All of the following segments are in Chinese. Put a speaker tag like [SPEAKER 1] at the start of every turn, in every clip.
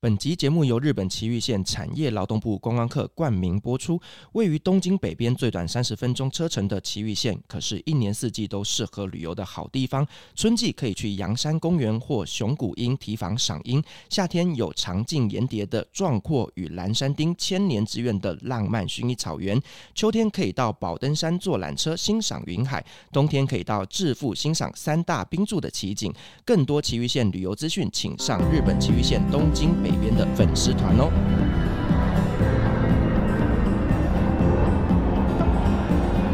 [SPEAKER 1] 本集节目由日本崎玉县产业劳动部观光课冠名播出。位于东京北边最短三十分钟车程的崎玉县，可是一年四季都适合旅游的好地方。春季可以去阳山公园或熊谷樱提防赏樱，夏天有长径岩叠的壮阔与蓝山町千年之愿的浪漫薰衣草原，秋天可以到宝登山坐缆车欣赏云海，冬天可以到致富欣赏三大冰柱的奇景。更多崎玉县旅游资讯，请上日本崎玉县东京北边的粉丝团哦。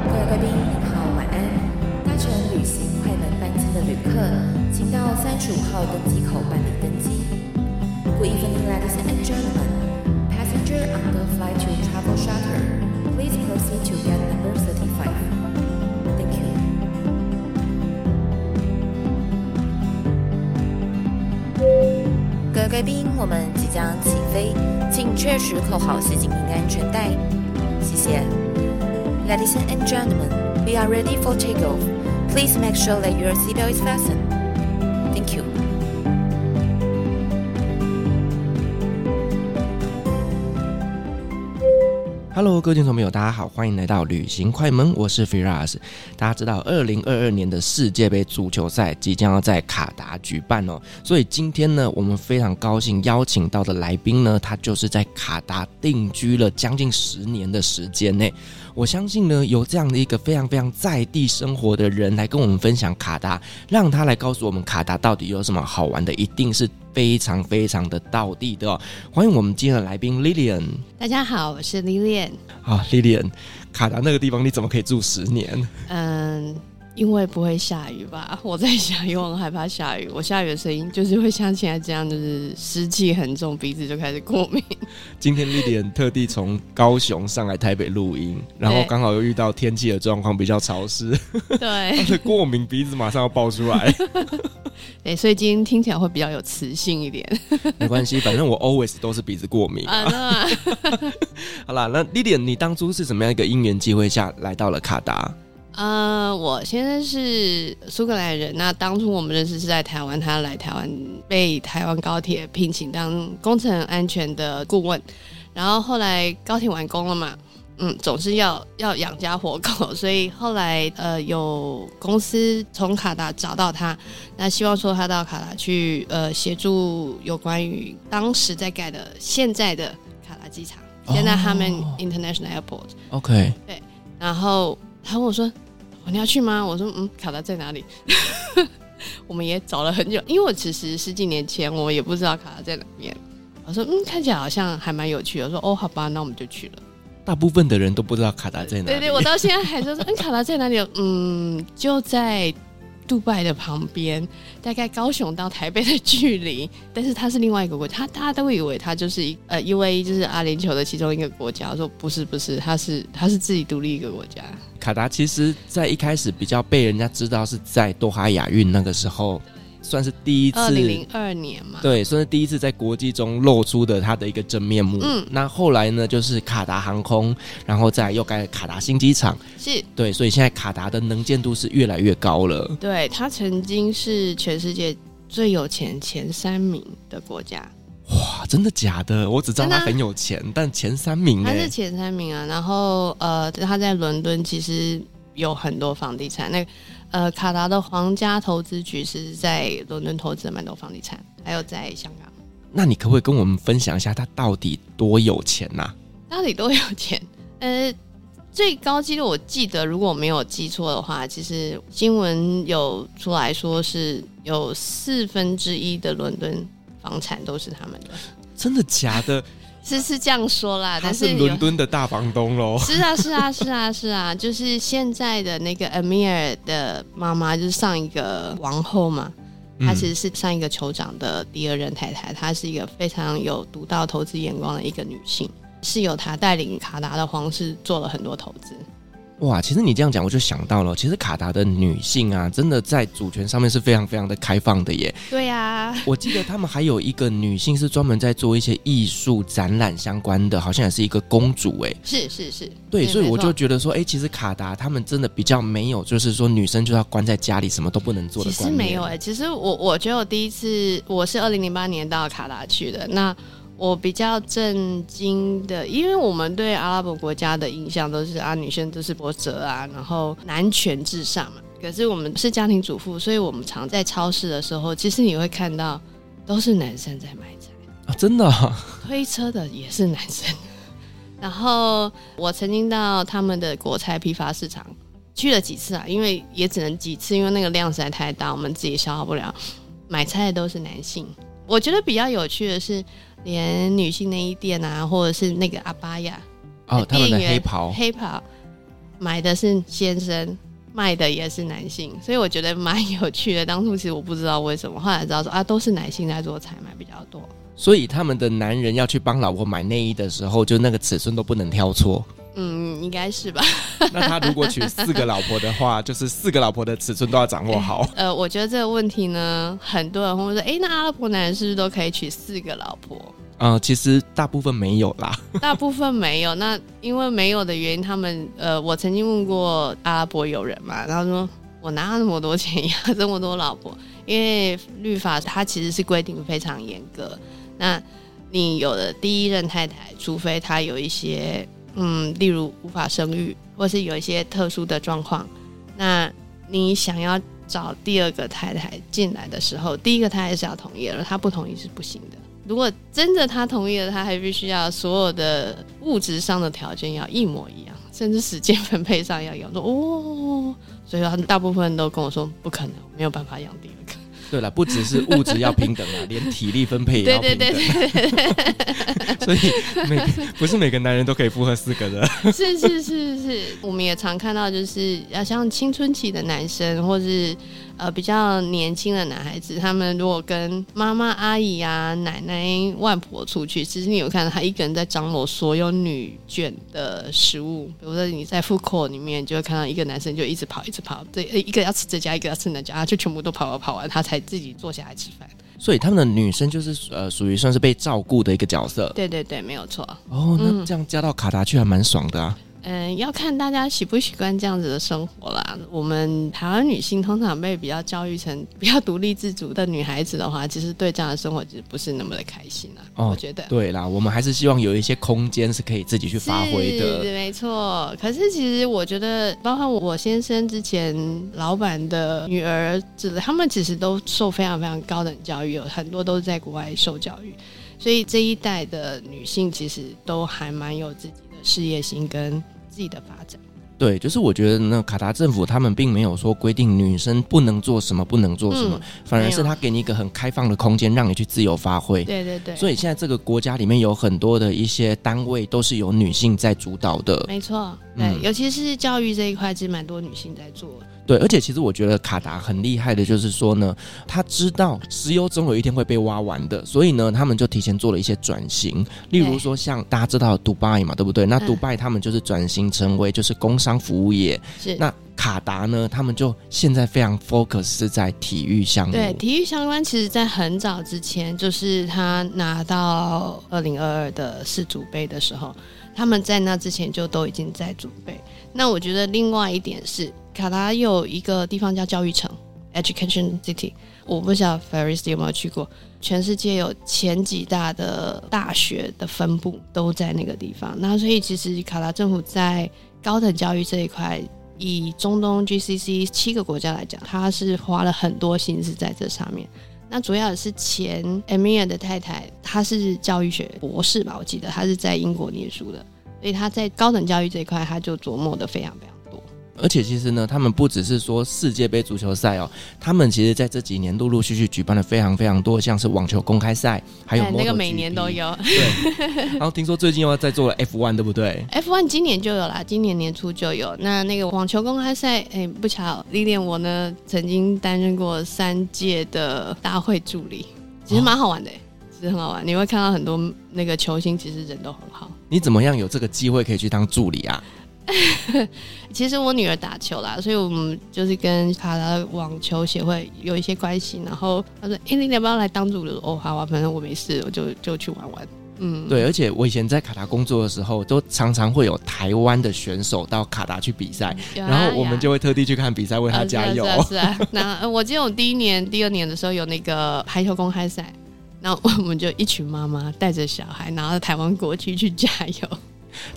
[SPEAKER 2] 各位贵宾，您好，晚安。搭乘旅行快门班机的旅客，请到三十五号登机口办理登机。Good evening, ladies and gentlemen. Passenger on the flight to Travel Charter, please proceed to gate number thirty-five. Thank you. 各位贵宾，我们即将起飞，请确实扣好系紧您的安全带，谢谢。Ladies and gentlemen, we are ready for takeoff. Please make sure that your seatbelt is fastened. Thank you.
[SPEAKER 1] 哈喽，各位听众朋友，大家好，欢迎来到旅行快门，我是 Firas。大家知道，二零二二年的世界杯足球赛即将要在卡达举办哦，所以今天呢，我们非常高兴邀请到的来宾呢，他就是在卡达定居了将近十年的时间内。我相信呢，有这样的一个非常非常在地生活的人来跟我们分享卡达，让他来告诉我们卡达到底有什么好玩的，一定是非常非常的道地的哦。欢迎我们今天的来宾 Lilian。
[SPEAKER 3] 大家好，我是 Lilian。
[SPEAKER 1] 啊，Lilian，卡达那个地方你怎么可以住十年？
[SPEAKER 3] 嗯，因为不会下雨吧？ 我在想，因为我很害怕下雨，我下雨的声音就是会像现在这样，就是湿气很重，鼻子就开始过敏。
[SPEAKER 1] 今天 Lilian 特地从高雄上来台北录音，然后
[SPEAKER 3] 对
[SPEAKER 1] 刚好又遇到天气的状况比较潮湿，
[SPEAKER 3] 对，
[SPEAKER 1] 所以过敏鼻子马上要爆出来。
[SPEAKER 3] 对，欸所以今天听起来会比较有磁性一点。
[SPEAKER 1] 没关系，反正我 always 都是鼻子过敏。
[SPEAKER 3] 啊，那
[SPEAKER 1] 好啦，那 Lilian，你当初是怎么样一个因缘机会下来到了卡达？
[SPEAKER 3] 呃，我先生是苏格兰人，那当初我们认识是在台湾，他来台湾被台湾高铁聘请当工程安全的顾问，然后后来高铁完工了嘛， 嗯，总是要要养家活口，所以后来呃有公司从卡达找到他，那希望说他到卡达去呃协助有关于当时在盖的现在的卡达机场，现在他们
[SPEAKER 1] 哦
[SPEAKER 3] International Airport。
[SPEAKER 1] OK，
[SPEAKER 3] 然后他问我说：“哦你要去吗？”我说：“嗯，卡达在哪里？” 我们也找了很久，因为我其实十几年前我也不知道卡达在哪边。我说：“嗯，看起来好像还蛮有趣的。”我说：“哦，好吧，那我们就去了。
[SPEAKER 1] 大部分的人都不知道卡达在哪里。
[SPEAKER 3] 对对，我到现在还说说：“嗯，卡达在哪里？”嗯，就在杜拜的旁边，大概高雄到台北的距离。但是它是另外一个国家，他大家都会以为它就是一呃 UAE 就是阿联酋的其中一个国家。我说：“不是，不是，它是它是自己独立一个国家。”
[SPEAKER 1] 卡达其实，在一开始比较被人家知道是在多哈亚运那个时候，算是第一次
[SPEAKER 3] 二零零二年嘛，
[SPEAKER 1] 对，算是第一次在国际中露出的它的一个真面目。嗯
[SPEAKER 3] 嗯，
[SPEAKER 1] 那后来呢，就是卡达航空，然后再来又盖了卡达新机场，
[SPEAKER 3] 是
[SPEAKER 1] 对，所以现在卡达的能见度是越来越高了。
[SPEAKER 3] 对他曾经是全世界最有钱前三名的国家，
[SPEAKER 1] 哇，啊真的假的？我只知道
[SPEAKER 3] 真的
[SPEAKER 1] 他
[SPEAKER 3] 啊
[SPEAKER 1] 很有钱，但前三名
[SPEAKER 3] 他
[SPEAKER 1] 哎、
[SPEAKER 3] 是前三名啊。然后呃，他在伦敦其实有很多房地产，那呃卡达的皇家投资局是在伦敦投资了蛮多房地产，还有在香港，
[SPEAKER 1] 那你可不可以跟我们分享一下他到底多有钱啊呐、
[SPEAKER 3] 到底多有钱？呃。 最高纪录我记得，如果我没有记错的话，其实新闻有出来说是有四分之一的伦敦房产都是他们的。
[SPEAKER 1] 真的假 的？
[SPEAKER 3] 是是这样说啦，
[SPEAKER 1] 他
[SPEAKER 3] 但
[SPEAKER 1] 是
[SPEAKER 3] 有
[SPEAKER 1] 伦敦的大房东喽。
[SPEAKER 3] 是啊是啊是啊是啊， 就是现在的那个 Amir 的妈妈，就是上一个王后嘛，
[SPEAKER 1] 嗯
[SPEAKER 3] 她其实是上一个酋长的第二任太太，她是一个非常有独到投资眼光的一个女性，是由她带领卡达的皇室做了很多投资。
[SPEAKER 1] 哇，其实你这样讲，我就想到了，其实卡达的女性啊，真的在主权上面是非常非常的开放的耶。
[SPEAKER 3] 对呀、
[SPEAKER 1] 我记得他们还有一个女性是专门在做一些艺术展览相关的，好像也是一个公主哎。
[SPEAKER 3] 是是是，
[SPEAKER 1] 对，所以
[SPEAKER 3] 没
[SPEAKER 1] 我
[SPEAKER 3] 错
[SPEAKER 1] 就觉得说，哎、其实卡达他们真的比较没有，就是说女生就要关在家里，什么都不能做的
[SPEAKER 3] 其
[SPEAKER 1] 观
[SPEAKER 3] 实
[SPEAKER 1] 念。
[SPEAKER 3] 没有哎、其实我我觉得我第一次我是二零零八年到卡达去的，那我比较震惊的，因为我们对阿拉伯国家的印象都是啊，女生都是波折啊，然后男权至上嘛。可是我们是家庭主妇，所以我们常在超市的时候，其实你会看到都是男生在买菜，
[SPEAKER 1] 啊，真的啊、
[SPEAKER 3] 推车的也是男生。 然后我曾经到他们的国菜批发市场去了几次啊，因为也只能几次，因为那个量实在太大，我们自己消化不了。买菜的都是男性，我觉得比较有趣的是，连女性内衣店啊，或者是那个阿巴亚
[SPEAKER 1] 哦，他们的
[SPEAKER 3] 店员
[SPEAKER 1] 黑袍，
[SPEAKER 3] 黑袍买的是先生，卖的也是男性，所以我觉得蛮有趣的。当初其实我不知道为什么，后来知道说啊，都是男性在做采买比较多。
[SPEAKER 1] 所以他们的男人要去帮老婆买内衣的时候，就那个尺寸都不能挑 错。
[SPEAKER 3] 嗯，应该是吧。
[SPEAKER 1] 那他如果娶四个老婆的话，就是四个老婆的尺寸都要掌握好。
[SPEAKER 3] 呃，我觉得这个问题呢，很多人会说，诶，那阿拉伯男人是不是都可以娶四个老婆？
[SPEAKER 1] 呃，其实大部分没有啦。
[SPEAKER 3] 大部分没有。那因为没有的原因，他们呃，我曾经问过阿拉伯友人嘛，然后说我哪有那么多钱呀，这么多老婆？因为律法它其实是规定非常严格。那你有了第一任太太，除非她有一些嗯，例如无法生育，或是有一些特殊的状况，那你想要找第二个太太进来的时候，第一个太太是要同意了，她不同意是不行的。如果真的她同意了，她还必须要所有的物质上的条件要一模一样，甚至时间分配上要有。我说哦，所以他们大部分都跟我说不可能，没有办法养第二个。
[SPEAKER 1] 对了，不只是物质要平等 啊，连体力分配也
[SPEAKER 3] 对
[SPEAKER 1] 要
[SPEAKER 3] 对
[SPEAKER 1] 平等。
[SPEAKER 3] 对对，
[SPEAKER 1] 所以 每个不是每个男人都可以符合四个的。
[SPEAKER 3] 是是是是，我们也常看到，就是要像青春期的男生，或是呃比较年轻的男孩子，他们如果跟妈妈、阿姨啊、奶奶、外婆出去，其实你有看到他一个人在张罗所有女眷的食物，比如说你在 food court 里面，就会看到一个男生就一直跑，一直跑，对，呃一个要吃这家，一个要吃那家，啊就全部都跑跑跑完，他才自己坐下来吃饭。
[SPEAKER 1] 所以他们的女生就是呃，属于算是被照顾的一个角色。
[SPEAKER 3] 对对对，没有错。
[SPEAKER 1] 哦，那
[SPEAKER 3] 嗯
[SPEAKER 1] 这样加到卡达去还蛮爽的啊。
[SPEAKER 3] 嗯，要看大家习不习惯这样子的生活啦。我们台湾女性通常被比较教育成比较独立自主的女孩子的话，其实对这样的生活其实不是那么的开心啊。
[SPEAKER 1] 哦
[SPEAKER 3] 我觉得
[SPEAKER 1] 对啦，我们还是希望有一些空间是可以自己去发挥
[SPEAKER 3] 是
[SPEAKER 1] 的。
[SPEAKER 3] 没错。可是其实我觉得，包括我先生之前老板的女儿之类，他们其实都受非常非常高等教育，有很多都是在国外受教育，所以这一代的女性其实都还蛮有自己的事业心跟自己的发展。
[SPEAKER 1] 对，就是我觉得呢，卡达政府他们并没有说规定女生不能做什么，不能做什么，
[SPEAKER 3] 嗯
[SPEAKER 1] 反而
[SPEAKER 3] 没
[SPEAKER 1] 是
[SPEAKER 3] 有
[SPEAKER 1] 他给你一个很开放的空间，让你去自由发挥。
[SPEAKER 3] 对对对。
[SPEAKER 1] 所以现在这个国家里面有很多的一些单位都是由女性在主导的，
[SPEAKER 3] 没错，对，
[SPEAKER 1] 嗯
[SPEAKER 3] 尤其是教育这一块，其实蛮多女性在做。
[SPEAKER 1] 对，而且其实我觉得卡达很厉害的，就是说呢，他知道石油总有一天会被挖完的，所以呢，他们就提前做了一些转型，例如说像大家知道杜拜嘛，对不对？那
[SPEAKER 3] 嗯
[SPEAKER 1] 杜拜他们就是转型成为就是工商服务业，
[SPEAKER 3] 是，
[SPEAKER 1] 那卡达呢，他们就现在非常 focus 是在体育项目，
[SPEAKER 3] 对体育相关，其实在很早之前，就是他拿到二零二二的世足杯的时候，他们在那之前就都已经在准备。那我觉得另外一点是，卡达有一个地方叫教育城 （Education City），我不晓得 Ferris 有没有去过。全世界有前几大的大学的分布都在那个地方，那所以其实卡达政府在高等教育这一块以中东 GCC 七个国家来讲，他是花了很多心思在这上面。那主要是前 Emir 的太太，她是教育学博士吧，我记得她是在英国念书的，所以她在高等教育这一块，她就琢磨的非常非常多。
[SPEAKER 1] 而且其实呢，他们不只是说世界杯足球赛哦，他们其实在这几年陆陆续续举办了非常非常多，像是网球公开赛，还有、
[SPEAKER 3] 哎那个每年都。 有
[SPEAKER 1] 对， 然后听说最近又要再做了 F1，对不对？
[SPEAKER 3] ，F1 今年就有啦，今年年初就有。那那个网球公开赛，哎、不巧，历练我呢曾经担任过三届的大会助理，其实蛮好玩的、
[SPEAKER 1] 哦
[SPEAKER 3] 其实很好玩。你会看到很多那个球星，其实人都很好。
[SPEAKER 1] 你怎么样有这个机会可以去当助理啊？
[SPEAKER 3] 其实我女儿打球啦，所以我们就是跟卡达网球协会有一些关系。然后她说：“哎、你要不要来当主流？”哦，好啊，反正我没事，我就就去玩玩。嗯，
[SPEAKER 1] 对，而且我以前在卡达工作的时候，都常常会有台湾的选手到卡达去比赛，
[SPEAKER 3] 有啊，
[SPEAKER 1] 然后我
[SPEAKER 3] 有
[SPEAKER 1] 们
[SPEAKER 3] 啊
[SPEAKER 1] 就会特地去看比赛，为他
[SPEAKER 3] 啊
[SPEAKER 1] 加油。
[SPEAKER 3] 是啊，是啊。是啊那呃我记得我第一年、第二年的时候有那个排球公开赛，然后我们就一群妈妈带着小孩拿着台湾国旗去加油。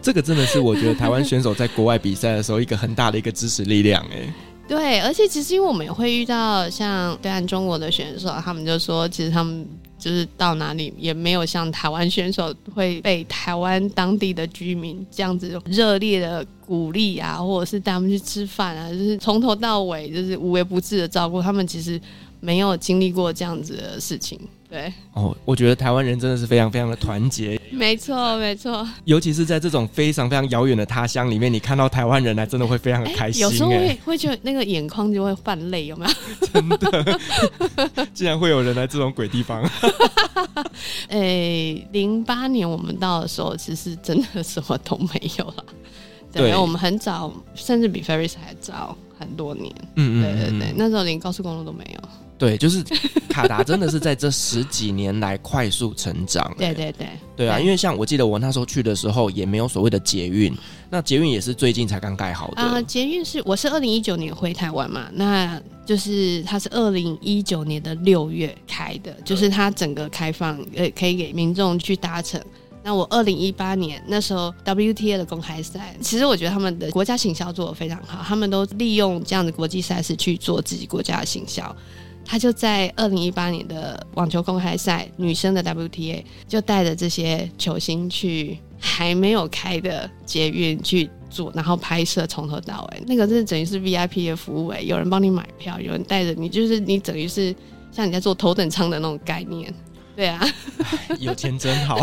[SPEAKER 1] 这个真的是我觉得台湾选手在国外比赛的时候一个很大的一个支持力量哎。
[SPEAKER 3] 对，而且其实因为我们也会遇到像对岸中国的选手，他们就说其实他们。就是到哪里也没有像台湾选手会被台湾当地的居民这样子热烈的鼓励啊，或者是带他们去吃饭啊，就是从头到尾就是无微不至的照顾他们。其实没有经历过这样子的事情，对，
[SPEAKER 1] 哦，我觉得台湾人真的是非常非常的团结，
[SPEAKER 3] 没错，没错。
[SPEAKER 1] 尤其是在这种非常非常遥远的他乡里面，你看到台湾人来，真的会非常的
[SPEAKER 3] 哎
[SPEAKER 1] 开心
[SPEAKER 3] 有时候
[SPEAKER 1] 哎
[SPEAKER 3] 会，会觉得那个眼眶就会泛泪，有没有？
[SPEAKER 1] 竟然会有人来这种鬼地 方。
[SPEAKER 3] 诶，零八年我们到的时候，其实真的什么都没有 了。对，
[SPEAKER 1] 对
[SPEAKER 3] 我们很早，甚至比 Ferris 还早很多年。
[SPEAKER 1] 嗯
[SPEAKER 3] 对对对，那时候连高速公路都没有。
[SPEAKER 1] 对，就是卡达真的是在这十几年来快速成长哎。
[SPEAKER 3] 对对对，
[SPEAKER 1] 对啊，
[SPEAKER 3] 对
[SPEAKER 1] 因为像我记得我那时候去的时候，也没有所谓的捷运，那捷运也是最近才刚盖好的。
[SPEAKER 3] 啊、捷运是我是二零一九年回台湾嘛，那就是它是二零一九年的六月开的，就是它整个开放，呃，可以给民众去搭乘。那我二零一八年那时候 WTA 的公开赛，其实我觉得他们的国家行销做得非常好，他们都利用这样的国际赛事去做自己国家的行销。他就在二零一八年的网球公开赛，女生的 WTA 就带着这些球星去还没有开的捷运去做，然后拍摄从头到尾，那个是等于是 VIP 的服务哎、有人帮你买票，有人带着你，就是你等于是像你在坐头等舱的那种概念，对啊，
[SPEAKER 1] 有钱真 好。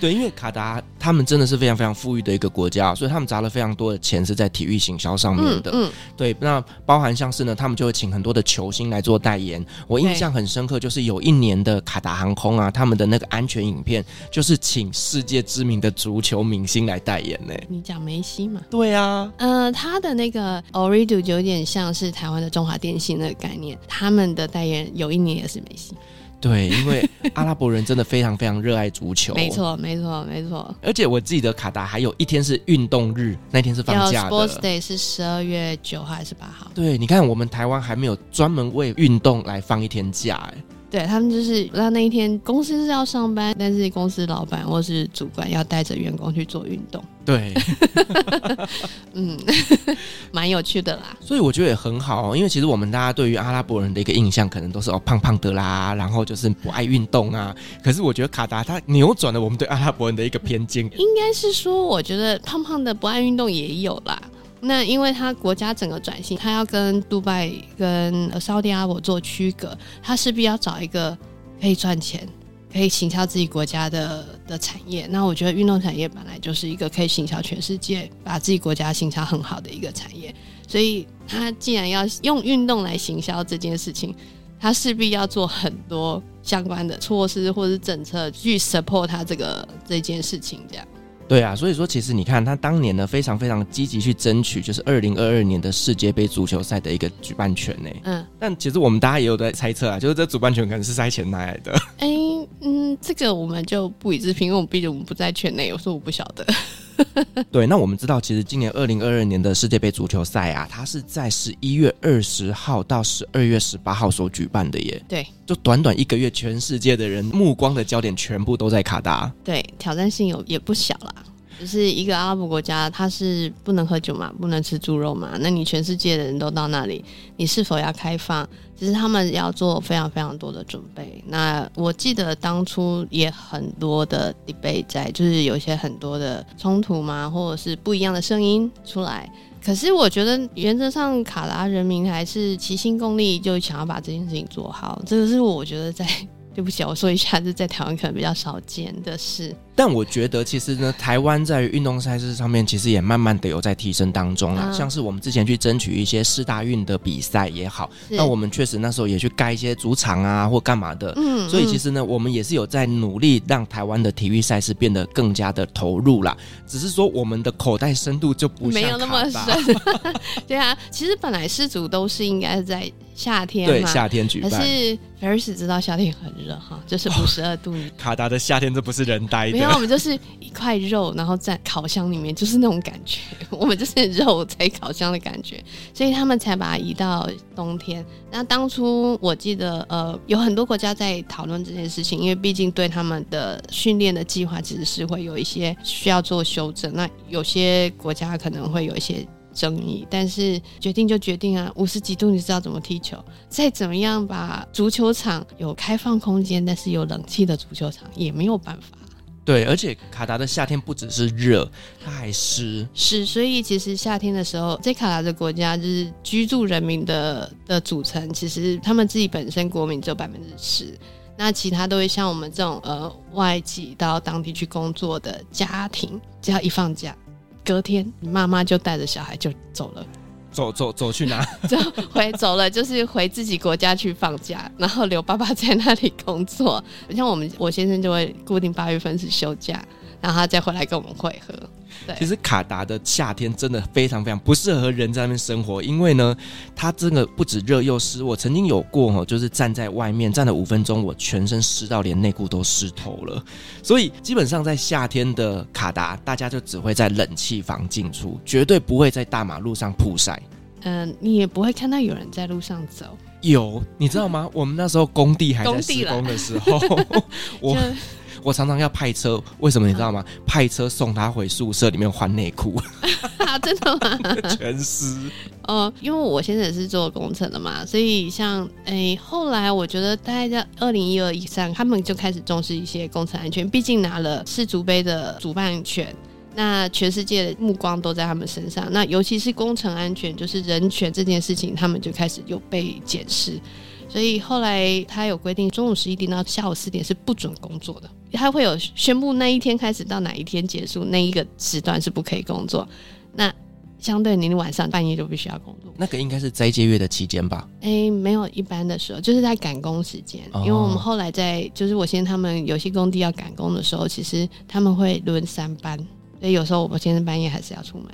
[SPEAKER 1] 对，因为卡达他们真的是非常非常富裕的一个国家，所以他们砸了非常多的钱是在体育行销上面
[SPEAKER 3] 嗯
[SPEAKER 1] 的。
[SPEAKER 3] 嗯，
[SPEAKER 1] 对，那包含像是呢，他们就会请很多的球星来做代言。我印
[SPEAKER 3] 对
[SPEAKER 1] 象很深刻，就是有一年的卡达航空啊，他们的那个安全影片就是请世界知名的足球明星来代言呢、
[SPEAKER 3] 你讲梅西嘛。
[SPEAKER 1] 对啊，
[SPEAKER 3] 呃，他的那个 Orido 就有点像是台湾的中华电信那个概念，他们的代言有一年也是梅西，
[SPEAKER 1] 对，因 为阿拉伯人真的非常非常热爱足球，
[SPEAKER 3] 没。错，没错，没错。
[SPEAKER 1] 而且我记得卡达还有一天是运动日，那天是放
[SPEAKER 3] 要
[SPEAKER 1] 假的。
[SPEAKER 3] Sports Day 是十二月九号还是八号？
[SPEAKER 1] 对，你看我们台湾还没有专门为运动来放一天假、哎，
[SPEAKER 3] 对他们就是那那一天公司是要上班，但是公司老板或是主管要带着员工去做运动，
[SPEAKER 1] 对，
[SPEAKER 3] 嗯， 蛮有趣的啦。
[SPEAKER 1] 所以我觉得也很好、哦，因为其实我们大家对于阿拉伯人的一个印象，可能都是哦胖胖的啦，然后就是不爱运动啊。可是我觉得卡达它扭转了我们对阿拉伯人的一个偏见。
[SPEAKER 3] 应该是说，我觉得胖胖的不爱运动也有啦。那因为他国家整个转型，他要跟杜拜、跟呃沙特阿拉伯做区隔，他势必要找一个可以赚钱、可以行销自己国家的的产业。那我觉得运动产业本来就是一个可以行销全世界、把自己国家行销很好的一个产业，所以他既然要用运动来行销这件事情，他势必要做很多相关的措施或是政策去 support 他这个这件事情，这样。
[SPEAKER 1] 对啊，所以说其实你看他当年呢非常非常积极去争取，就是二零二二年的世界杯足球赛的一个举办权呢。
[SPEAKER 3] 嗯，
[SPEAKER 1] 但其实我们大家也有在猜测啊，就是这主办权可能是塞钱拿来的。
[SPEAKER 3] 哎、嗯，这个我们就不予置评，因为我们毕竟我们不在圈内，我说我不晓得。
[SPEAKER 1] 对，那我们知道，其实今年二零二二年的世界杯足球赛啊，它是在十一月二十号到十二月十八号所举办的耶。
[SPEAKER 3] 对，
[SPEAKER 1] 就短短一个月，全世界的人目光的焦点全部都在卡达。
[SPEAKER 3] 对，挑战性有也不小啦。就是一个阿拉伯国家，它是不能喝酒嘛，不能吃猪肉嘛。那你全世界的人都到那里，你是否要开放？其实他们要做非常非常多的准备。那我记得当初也很多的 debate 在，就是有一些很多的冲突嘛，或者是不一样的声音出来。可是我觉得原则上卡达人民还是齐心共力，就想要把这件事情做好。这个是我觉得在对不起啊，我说一下，这在台湾可能比较少见的事。
[SPEAKER 1] 但我觉得其实呢，台湾在于运动赛事上面，其实也慢慢的有在提升当中啦。
[SPEAKER 3] 嗯
[SPEAKER 1] 像是我们之前去争取一些市大运的比赛也好，
[SPEAKER 3] 是
[SPEAKER 1] 那我们确实那时候也去盖一些主场啊或干嘛的。
[SPEAKER 3] 嗯
[SPEAKER 1] 所以其
[SPEAKER 3] 实
[SPEAKER 1] 实呢，我们也是有在努力让台湾的体育赛事变得更加的投入啦。只是说我们的口袋深度就不像
[SPEAKER 3] 嗯没有那么
[SPEAKER 1] 卡巴，
[SPEAKER 3] 深， 对啊，其实本来失足都是应该是在夏天
[SPEAKER 1] 对，
[SPEAKER 3] 嘛，
[SPEAKER 1] 夏天举
[SPEAKER 3] 可
[SPEAKER 1] 办。
[SPEAKER 3] 是 Ferris 知道夏天很热哈，就是
[SPEAKER 1] 哦
[SPEAKER 3] 五十二度以
[SPEAKER 1] 卡达的夏天，这不是人待
[SPEAKER 3] 没有，我
[SPEAKER 1] 的。
[SPEAKER 3] 们就是一块肉，然后在烤箱里面，就是那种感觉。 我们就是肉在烤箱的感觉，所以他们才把它移到冬天。那当初我记得，呃，有很多国家在讨论这件事情，因为毕竟对他们的训练的计划其实是会有一些需要做修正。那有些国家可能会有一些。争议，但是决定就决定啊！五十几度，你知道怎么踢球？再怎么样把足球场有开放空间，但是有冷气的足球场也没有办法。
[SPEAKER 1] 对，而且卡达的夏天不只是热，它还湿。
[SPEAKER 3] 是，所以其实夏天的时候，在卡达的国家，就是居住人民的的组成，其实他们自己本身国民只有百分之十，那其他都会像我们这种呃外籍到当地去工作的家庭，只要一放假，隔天妈妈就带着小孩就走了，
[SPEAKER 1] 走走走去哪？
[SPEAKER 3] 回走了就是回自己国家去放假，然后刘爸爸在那里工作，像我们我先生就会固定八月份是休假，然后他再回来跟我们会合。对
[SPEAKER 1] 其实卡达的夏天真的非常非常不适合人在那边生活，因为呢，它真的不止热又湿。我曾经有过哦，就是站在外面站了五分钟，我全身湿到连内裤都湿透了。所以基本上在夏天的卡达，大家就只会在冷气房进出，绝对不会在大马路上曝晒。
[SPEAKER 3] 嗯、你也不会看到有人在路上走，
[SPEAKER 1] 有，你知道吗？我们那时候工地还在
[SPEAKER 3] 工地
[SPEAKER 1] 施
[SPEAKER 3] 啦
[SPEAKER 1] 工的时 候，我
[SPEAKER 3] 就
[SPEAKER 1] 我常常要派车，为什么你知道吗？派车送他回宿舍里面换内裤，
[SPEAKER 3] 啊，真的吗？
[SPEAKER 1] 全湿。
[SPEAKER 3] 哦，因为我现在也是做工程的嘛，所以像诶、后来我觉得大概在二零一二以上，他们就开始重视一些工程安全，毕竟拿了世足杯的主办权。那全世界的目光都在他们身上，那尤其是工程安全，就是人权这件事情，他们就开始有被检视。所以后来他有规定，中午十一点到下午四点是不准工作的，他会有宣布那一天开始到哪一天结束，那一个时段是不可以工作。那相对您晚上半夜就必须要工作。
[SPEAKER 1] 那个应该是斋戒月的期间吧？
[SPEAKER 3] 哎，没有一般的时候，就是在赶工时间，
[SPEAKER 1] 哦
[SPEAKER 3] 因为我们后来在，就是我先生他们有些工地要赶工的时候，其实他们会轮三班，所以有时候我先生半夜还是要出门。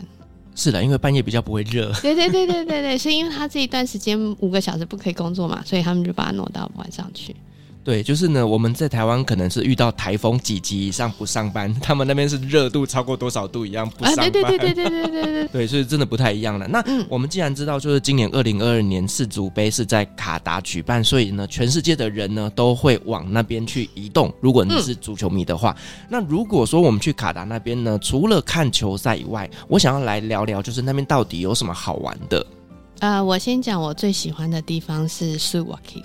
[SPEAKER 1] 是的，因为半夜比较不会热。
[SPEAKER 3] 对对对对对对，是因为他这一段时间五个小时不可以工作嘛，所以他们就把它挪到晚上去。
[SPEAKER 1] 对，就是呢，我们在台湾可能是遇到台风几级以上不上班， 他们那边是热度超过多少度一样不上班。
[SPEAKER 3] 啊对对对对对对对 对，
[SPEAKER 1] 对，所以真的不太一样了。那
[SPEAKER 3] 嗯
[SPEAKER 1] 我们既然知道，就是今年二零二二年世足杯是在卡达举办，所以呢，全世界的人呢都会往那边去移动。如果你是足球迷的话，
[SPEAKER 3] 嗯
[SPEAKER 1] 那如果说我们去卡达那边呢，除了看球赛以外，我想要来聊聊，就是那边到底有什么好玩的
[SPEAKER 3] 呃，我先讲我最喜欢的地方是 s u w a k i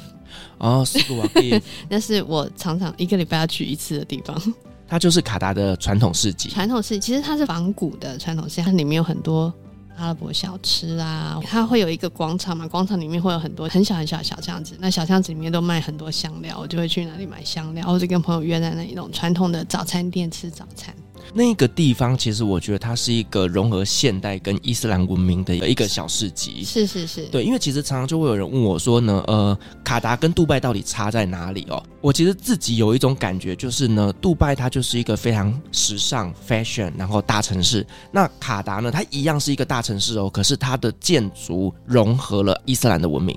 [SPEAKER 1] 哦。斯图瓦蒂，
[SPEAKER 3] 那是我常常一个礼拜要去一次的地方。
[SPEAKER 1] 它就是卡达的传统市集。
[SPEAKER 3] 传统市其实它是仿古的传统市，它里面有很多阿拉伯小吃啊，它会有一个广场嘛，广场里面会有很多很小很小的小巷子，那小巷子里面都卖很多香料，我就会去那里买香料，或者跟朋友约在那里那种传统的早餐店吃早餐。
[SPEAKER 1] 那个地方其实我觉得它是一个融合现代跟伊斯兰文明的一个小市集。
[SPEAKER 3] 是是是，
[SPEAKER 1] 对，因为其实常常就会有人问我说呢，呃，卡达跟杜拜到底差在哪里哦？我其实自己有一种感觉，就是呢，杜拜它就是一个非常时尚、fashion，然后大城市。那卡达呢，它一样是一个大城市哦，可是它的建筑融合了伊斯兰的文明。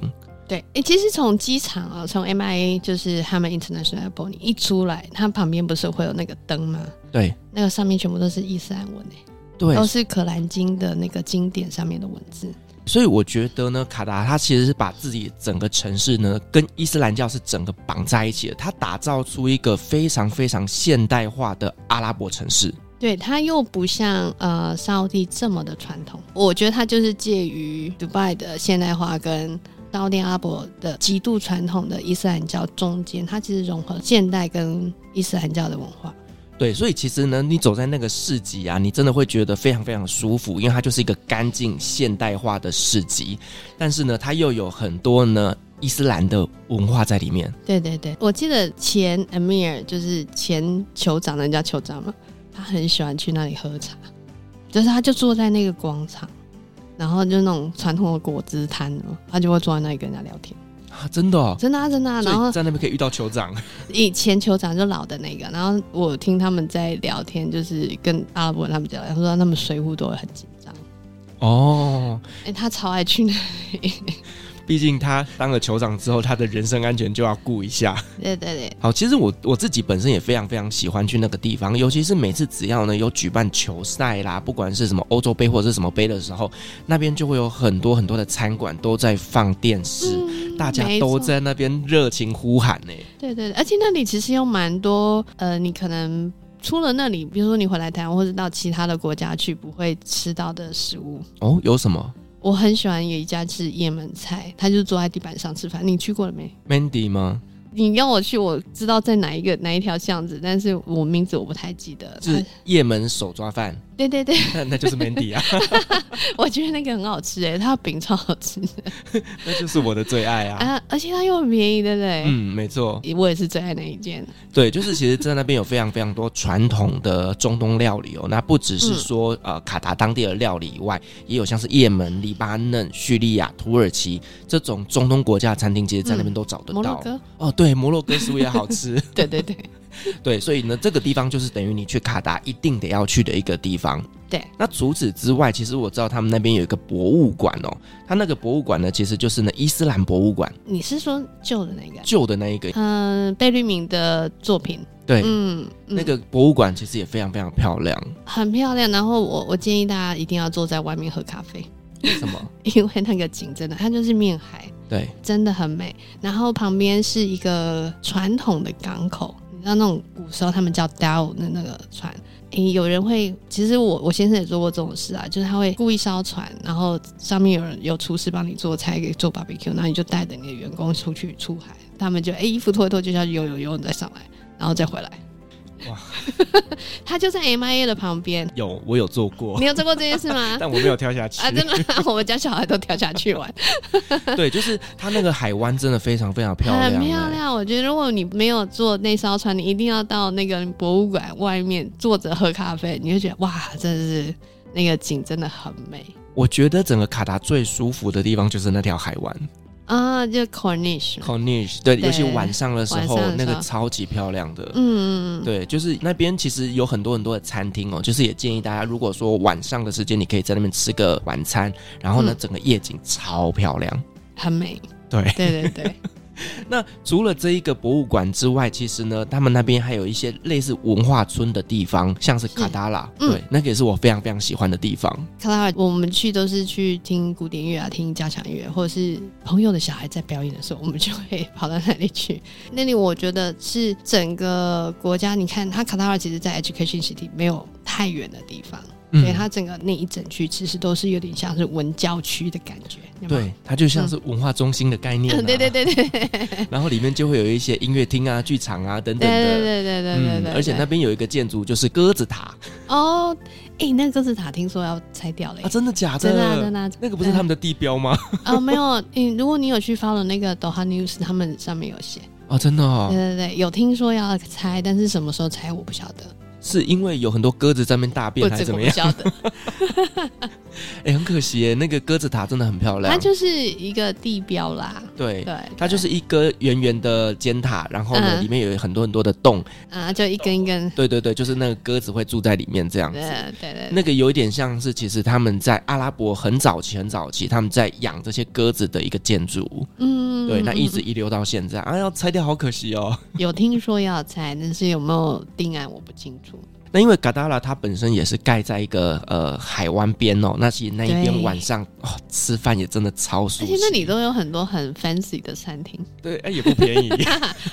[SPEAKER 3] 对，诶、其实从机场啊、从 MIA 就是他们 International Airport，你一出来，它旁边不是会有那个灯吗？
[SPEAKER 1] 对
[SPEAKER 3] 那个上面全部都是伊斯兰文诶、
[SPEAKER 1] 对，
[SPEAKER 3] 都是《可兰经》的那个经典上面的文字。
[SPEAKER 1] 所以我觉得呢，卡达它其实是把自己整个城市呢跟伊斯兰教是整个绑在一起的，它打造出一个非常非常现代化的阿拉伯城市。
[SPEAKER 3] 对，它又不像呃沙烏地这么的传统，我觉得它就是介于迪拜的现代化跟沙烏地阿拉伯的极度传统的伊斯兰教中间，它其实融合现代跟伊斯兰教的文化。
[SPEAKER 1] 对，所以其实呢，你走在那个市集啊，你真的会觉得非常非常舒服，因为它就是一个干净现代化的市集，但是呢，它又有很多呢伊斯兰的文化在里面。
[SPEAKER 3] 对对对，我记得前 Amir 就是前酋长，人家酋长嘛，他很喜欢去那里喝茶，就是他就坐在那个广场，然后就那种传统的果汁摊嘛，他就会坐在那里跟人家聊天，
[SPEAKER 1] 啊，真的、哦。
[SPEAKER 3] 真的啊，真的啊。
[SPEAKER 1] 所
[SPEAKER 3] 然后
[SPEAKER 1] 以在那边可以遇到酋长，
[SPEAKER 3] 以前酋长就老的那个，然后我听他们在聊天，就是跟阿拉伯人他们聊天，他说他们水浒都会很紧张。
[SPEAKER 1] 哦，
[SPEAKER 3] 哎、他超爱去那 里。
[SPEAKER 1] 毕竟他当了酋长之后，他的人身安全就要顾一下。
[SPEAKER 3] 对对对，
[SPEAKER 1] 好，其实我我自己本身也非常非常喜欢去那个地方，尤其是每次只要呢有举办球赛啦，不管是什么欧洲杯或者是什么杯的时候，那边就会有很多很多的餐馆都在放电视，大家
[SPEAKER 3] 没
[SPEAKER 1] 都
[SPEAKER 3] 错
[SPEAKER 1] 在那边热情呼喊呢、
[SPEAKER 3] 对对，对而且那里其实有蛮多呃，你可能出了那里，比如说你回来台湾或者到其他的国家去不会吃到的食物。
[SPEAKER 1] 哦，有什么
[SPEAKER 3] 我很喜欢有一家是也门菜，他就是坐在地板上吃饭。你去过了没？
[SPEAKER 1] Mandy 吗？
[SPEAKER 3] 你要我去，我知道在哪一个哪一条巷子，但是我名字我不太记得。
[SPEAKER 1] 是也门手抓饭，
[SPEAKER 3] 它对对对，
[SPEAKER 1] 那那就是 Mandy 啊，
[SPEAKER 3] 我觉得那个很好吃哎，它的饼超好吃的
[SPEAKER 1] 那就是我的最爱啊。
[SPEAKER 3] 啊，而且它又很便宜，对不对？
[SPEAKER 1] 嗯，没错，
[SPEAKER 3] 我也是最爱那一件，
[SPEAKER 1] 对，就是其实，在那边有非常非常多传统的中东料理哦。那不只
[SPEAKER 3] 嗯
[SPEAKER 1] 是说、呃卡达当地的料理以外，也有像是也门、黎巴嫩、叙利亚、土耳其这种中东国家的餐厅，其实在那边都找得
[SPEAKER 3] 嗯摩
[SPEAKER 1] 到。
[SPEAKER 3] 洛哥，
[SPEAKER 1] 哦，对，摩洛哥食物也好吃。
[SPEAKER 3] 对对对，
[SPEAKER 1] 对，所以呢，这个地方就是等于你去卡达一定得要去的一个地方。
[SPEAKER 3] 对，
[SPEAKER 1] 那除此之外，其实我知道他们那边有一个博物馆哦，它那个博物馆呢，其实就是呢伊斯兰博物馆
[SPEAKER 3] 你是说旧的那个？
[SPEAKER 1] 旧的那一个，
[SPEAKER 3] 嗯，贝聿铭的作品，
[SPEAKER 1] 对，
[SPEAKER 3] 嗯，嗯
[SPEAKER 1] 那个博物馆其实也非常非常漂 亮。
[SPEAKER 3] 很漂亮。然后我我建议大家一定要坐在外面喝咖啡，
[SPEAKER 1] 为什么？
[SPEAKER 3] 因为那个景真的，它就是面海，
[SPEAKER 1] 对，
[SPEAKER 3] 真的很美。然后旁边是一个传统的港口，你知道那种古时候他们叫 dhow 的那个船。诶，有人会，其实我我先生也做过这种事啊，就是他会雇一艘船，然后上面有人有厨师帮你做菜，给做 barbecue，然后你就带着你的员工出去出海，他们就诶衣服脱一脱就下去游游游，你再上来，然后再回来。
[SPEAKER 1] 哇
[SPEAKER 3] 哇， 他就在 MIA 的旁边，
[SPEAKER 1] 有，我有做过
[SPEAKER 3] 你，有做过这件事 吗？
[SPEAKER 1] 但我没有跳下去。
[SPEAKER 3] 啊，真的吗，我们家小孩都跳下去玩，
[SPEAKER 1] 对，就是它那个海湾真的非常非常漂亮、欸
[SPEAKER 3] 很漂。亮。我觉得如果你没有坐那艘船，你一定要到那个博物馆外面坐着喝咖啡，你就觉得哇，真的是那个景真的很美
[SPEAKER 1] 我觉得整个卡达最舒服的地方就是那条海湾
[SPEAKER 3] 啊！就 Cornish，
[SPEAKER 1] ，Corniche。对，
[SPEAKER 3] 对
[SPEAKER 1] 尤其晚上的时候
[SPEAKER 3] 晚上，的
[SPEAKER 1] 那
[SPEAKER 3] 时候
[SPEAKER 1] 个超级漂亮的。
[SPEAKER 3] 嗯，
[SPEAKER 1] 对，就是那边其实有很多很多的餐厅哦，就是也建议大家，如果说晚上的时间，你可以在那边吃个晚餐，然后呢，
[SPEAKER 3] 嗯
[SPEAKER 1] 整个夜景超漂亮。
[SPEAKER 3] 很美，
[SPEAKER 1] 对，
[SPEAKER 3] 对 对对，
[SPEAKER 1] 那除了这一个博物馆之外，其实呢，他们那边还有一些类似文化村的地方，像是卡达拉，
[SPEAKER 3] 嗯
[SPEAKER 1] 对，那个也是我非常非常喜欢的地方。
[SPEAKER 3] 卡拉尔我们去都是去听古典乐啊，听交响乐，或者是朋友的小孩在表演的时候，我们就会跑到那里去。那里我觉得是整个国家，你看它卡塔尔其实在 Education City 没有太远的地方，
[SPEAKER 1] 嗯
[SPEAKER 3] 所以它整个那一整区其实都是有点像是文教区的感觉，有没有
[SPEAKER 1] 对，它就像是文化中心的概念、啊
[SPEAKER 3] 嗯， 对对对对对对
[SPEAKER 1] 然后里面就会有一些音乐厅啊、剧场啊等等的。嗯
[SPEAKER 3] 对对对对对对，
[SPEAKER 1] 而且那边有一个建筑就是鸽子塔
[SPEAKER 3] 哦，哎，那个是塔听说要拆掉了耶
[SPEAKER 1] 啊，，真的假的？
[SPEAKER 3] 真的啊真的啊
[SPEAKER 1] 那个不是他们的地标吗？
[SPEAKER 3] 哦，没有，嗯，如果你有去 follow 那个 Doha News，他们上面有写。
[SPEAKER 1] 啊，真的哦
[SPEAKER 3] 对，对对，有听说要拆，但是什么时候拆我不晓得，
[SPEAKER 1] 是因为有很多鸽子在那边大便
[SPEAKER 3] 我
[SPEAKER 1] 还是
[SPEAKER 3] 这
[SPEAKER 1] 怎
[SPEAKER 3] 个
[SPEAKER 1] 么
[SPEAKER 3] 不
[SPEAKER 1] 样？
[SPEAKER 3] 晓得。
[SPEAKER 1] 哎，很可惜耶，那个鸽子塔真的很漂亮。
[SPEAKER 3] 它就是一个地标啦，
[SPEAKER 1] 对
[SPEAKER 3] 对，
[SPEAKER 1] 它就是一个圆圆的尖塔，然后呢，
[SPEAKER 3] 嗯
[SPEAKER 1] 里面有很多很多的洞。
[SPEAKER 3] 对啊，就一根一根，
[SPEAKER 1] 对对对，就是那个鸽子会住在里面这样
[SPEAKER 3] 对
[SPEAKER 1] 子。
[SPEAKER 3] 对对对，
[SPEAKER 1] 那个有一点像是，其实他们在阿拉伯很早期、很早期，他们在养这些鸽子的一个建筑物。
[SPEAKER 3] 嗯
[SPEAKER 1] 对，那一直遗留到现在啊，要拆掉好可惜哦。
[SPEAKER 3] 有听说要拆，但是有没有定案我不清楚。
[SPEAKER 1] 那因为嘎达拉它本身也是盖在一个呃海湾边哦，那其实那一边
[SPEAKER 3] 对
[SPEAKER 1] 晚上哦吃饭也真的超舒适，
[SPEAKER 3] 而且那里都有很多很 fancy 的餐厅，
[SPEAKER 1] 对 哎也不便 宜，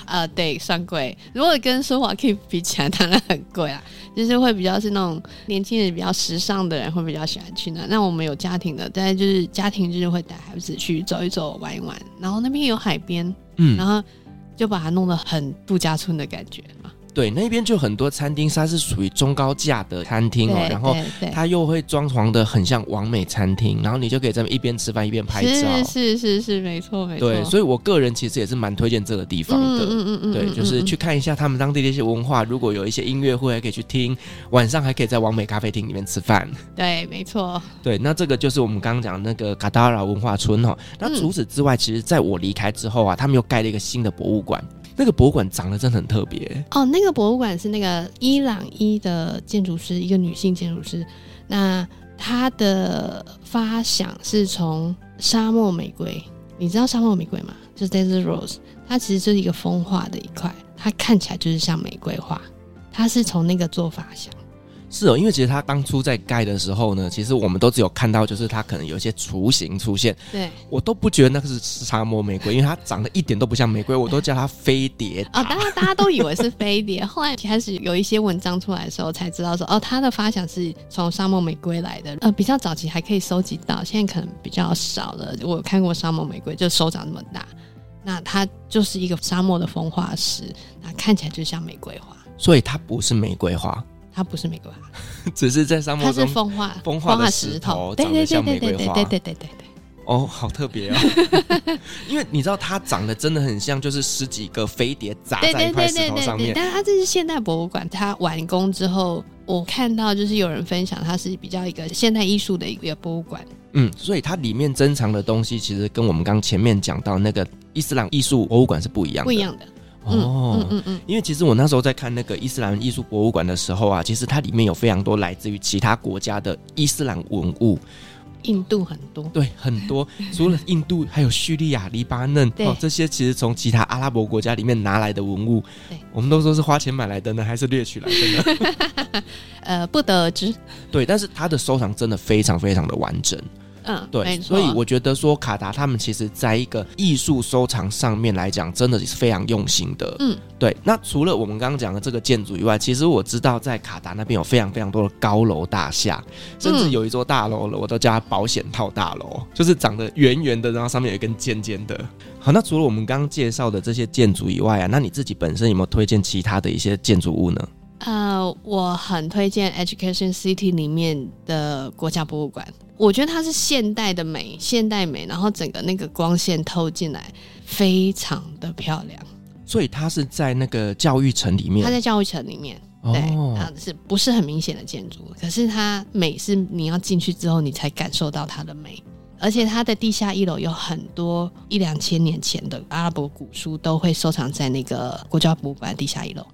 [SPEAKER 3] 呃，对，算贵。如果跟苏瓦 K 比起来， 当然很贵啊，就是会比较是那种年轻人比较时尚的人会比较喜欢去那。那我们有家庭的，但是就是家庭就是会带孩子去走一走、玩一玩，然后那边有海边，
[SPEAKER 1] 嗯
[SPEAKER 3] 然后就把它弄得很度假村的感觉嘛。
[SPEAKER 1] 对，那边就很多餐厅，它是属于中高价的餐厅哦，
[SPEAKER 3] 对
[SPEAKER 1] 然后
[SPEAKER 3] 对对
[SPEAKER 1] 它又会装潢的很像完美餐厅，然后你就可以在那边一边吃饭一边拍
[SPEAKER 3] 是
[SPEAKER 1] 照。
[SPEAKER 3] 是是是，没错没错。
[SPEAKER 1] 对，所以我个人其实也是蛮推荐这个地方的。
[SPEAKER 3] 嗯嗯
[SPEAKER 1] 对，就是去看一下他们当地的一些文化，如果有一些音乐会，还可以去听，晚上还可以在完美咖啡厅里面吃 饭。
[SPEAKER 3] 对，没错，
[SPEAKER 1] 对，那这个就是我们刚刚讲那个卡达拉文化村哦。那除此之外，其实在我离开之后啊，他们又盖了一个新的博物馆，那个博物馆长得真的很特别。
[SPEAKER 3] 哦，那个博物馆是那个伊朗裔的建筑师，一个女性建筑师。那她的发想是从沙漠玫瑰，你知道沙漠玫瑰吗？就是 desert rose，它其实就是一个风化的一块，它看起来就是像玫瑰花。它是从那个做法想，
[SPEAKER 1] 是哦，因为其实他当初在盖的时候呢，其实我们都只有看到就是它可能有一些雏形出现，
[SPEAKER 3] 对
[SPEAKER 1] 我都不觉得那个是沙漠玫瑰，因为它长得一点都不像玫瑰，我都叫它飞碟塔。
[SPEAKER 3] 哦，大家大家都以为是飞碟，后来开始有一些文章出来的时候，才知道说，哦，它的发想是从沙漠玫瑰来的。呃，比较早期还可以收集到，现在可能比较少了。我有看过沙漠玫瑰，就手掌那么大，那它就是一个沙漠的风化石，那看起来就像玫瑰花，
[SPEAKER 1] 所以它不是玫瑰花，
[SPEAKER 3] 它不是玫瑰花，
[SPEAKER 1] 只是在沙
[SPEAKER 3] 它
[SPEAKER 1] 漠
[SPEAKER 3] 是
[SPEAKER 1] 中
[SPEAKER 3] 风化
[SPEAKER 1] 风化
[SPEAKER 3] 化
[SPEAKER 1] 的石
[SPEAKER 3] 石
[SPEAKER 1] 头
[SPEAKER 3] 对
[SPEAKER 1] 长得
[SPEAKER 3] 对对
[SPEAKER 1] 像
[SPEAKER 3] 对
[SPEAKER 1] 玫
[SPEAKER 3] 对
[SPEAKER 1] 瑰
[SPEAKER 3] 对
[SPEAKER 1] 花
[SPEAKER 3] 对对对对对。
[SPEAKER 1] 哦，好特别哦！ 因为你知道它长得真的很像，就是十几个飞碟砸
[SPEAKER 3] 对
[SPEAKER 1] 在
[SPEAKER 3] 对
[SPEAKER 1] 一块
[SPEAKER 3] 对
[SPEAKER 1] 石
[SPEAKER 3] 对
[SPEAKER 1] 头
[SPEAKER 3] 对
[SPEAKER 1] 上
[SPEAKER 3] 对，
[SPEAKER 1] 面。
[SPEAKER 3] 但是它这是现代博物馆，它完工之后，我看到就是有人分享，它是比较一个现代艺术的一个博物馆。
[SPEAKER 1] 嗯，所以它里面珍藏的东西，其实跟我们刚前面讲到那个伊斯兰艺术博物馆是不一样的。
[SPEAKER 3] 不一样的。嗯
[SPEAKER 1] 哦。
[SPEAKER 3] 嗯嗯嗯，
[SPEAKER 1] 因为其实我那时候在看那个伊斯兰艺术博物馆的时候啊，其实它里面有非常多来自于其他国家的伊斯兰文物，
[SPEAKER 3] 印度很多。
[SPEAKER 1] 对，很多除了印度，还有叙利亚、黎巴嫩，哦
[SPEAKER 3] 对
[SPEAKER 1] 这些其实从其他阿拉伯国家里面拿来的文物
[SPEAKER 3] 对，
[SPEAKER 1] 我们都说是花钱买来的呢，还是掠取来的呢？
[SPEAKER 3] 呃，不得而知。
[SPEAKER 1] 对，但是他的收藏真的非常非常的完整，
[SPEAKER 3] 嗯，
[SPEAKER 1] 对，
[SPEAKER 3] 没错
[SPEAKER 1] 所以我觉得说卡达他们其实在一个艺术收藏上面来讲，真的是非常用心的。
[SPEAKER 3] 嗯，
[SPEAKER 1] 对。那除了我们刚刚讲的这个建筑以外，其实我知道在卡达那边有非常非常多的高楼大厦，甚至
[SPEAKER 3] 嗯
[SPEAKER 1] 有一座大楼了，我都叫它保险套大楼，就是长得圆圆的，然后上面有一根尖尖的。好，那除了我们刚刚介绍的这些建筑以外啊，那你自己本身有没有推荐其他的一些建筑物呢？
[SPEAKER 3] 呃，我很推荐 Education City 里面的国家博物馆，我觉得它是现代的美，现代美，然后整个那个光线透进来非常的漂亮。
[SPEAKER 1] 所以它是在那个教育城里面，哦
[SPEAKER 3] 它在教育城里面，对，它是不是很明显的建筑？可是它美是你要进去之后你才感受到它的美，而且它的地下一楼有很多一两千年前的阿拉伯古书都会收藏在那个国家博物馆地下一楼。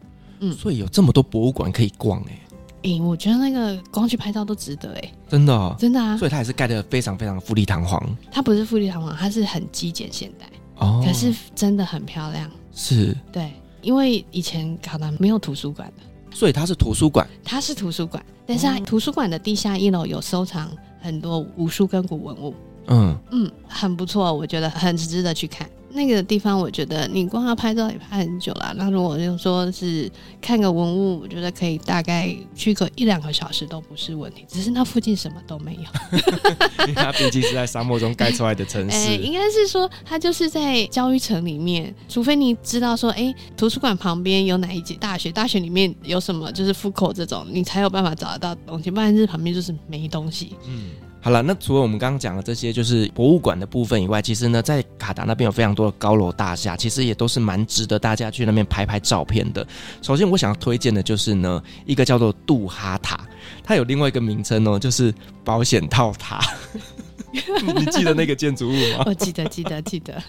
[SPEAKER 1] 所以有这么多博物馆可以逛哎、
[SPEAKER 3] 诶、我觉得那个光去拍照都值得诶、哎
[SPEAKER 1] 真的、哦。
[SPEAKER 3] 真的啊
[SPEAKER 1] 所！以它也是盖得非常非常富丽堂皇
[SPEAKER 3] 它不是富丽堂皇，它是很极简现代，
[SPEAKER 1] 哦。
[SPEAKER 3] 可是真的很漂亮。
[SPEAKER 1] 是，
[SPEAKER 3] 对，因为以前卡达没有图书馆的，
[SPEAKER 1] 所以它是图书馆
[SPEAKER 3] 它是图书馆，但是它图书馆的地下一楼有收藏很多武术跟古文物。
[SPEAKER 1] 嗯。
[SPEAKER 3] 嗯，很不错，我觉得很值得去看。那个地方，我觉得你光要拍照也拍很久了。那如果就说是看个文物，我觉得可以大概去个一两个小时都不是问题。只是那附近什么都没有。
[SPEAKER 1] 因 为它毕竟是在沙漠中盖出来的城
[SPEAKER 3] 哎、应该是说它就是在教育城里面，除非你知道说，哎、图书馆旁边有哪一间大学，大学里面有什么，就是复口这种，你才有办法找得到东西，不然就是旁边就是没东西。
[SPEAKER 1] 好了，那除了我们刚刚讲的这些，就是博物馆的部分以外，其实呢，在卡达那边有非常多的高楼大厦，其实也都是蛮值得大家去那边拍拍照片的。首先，我想要推荐的就是呢，一个叫做杜哈塔，它有另外一个名称哦，就是保险套塔。 你记得那个建筑物吗？
[SPEAKER 3] 我记得，记得，记得，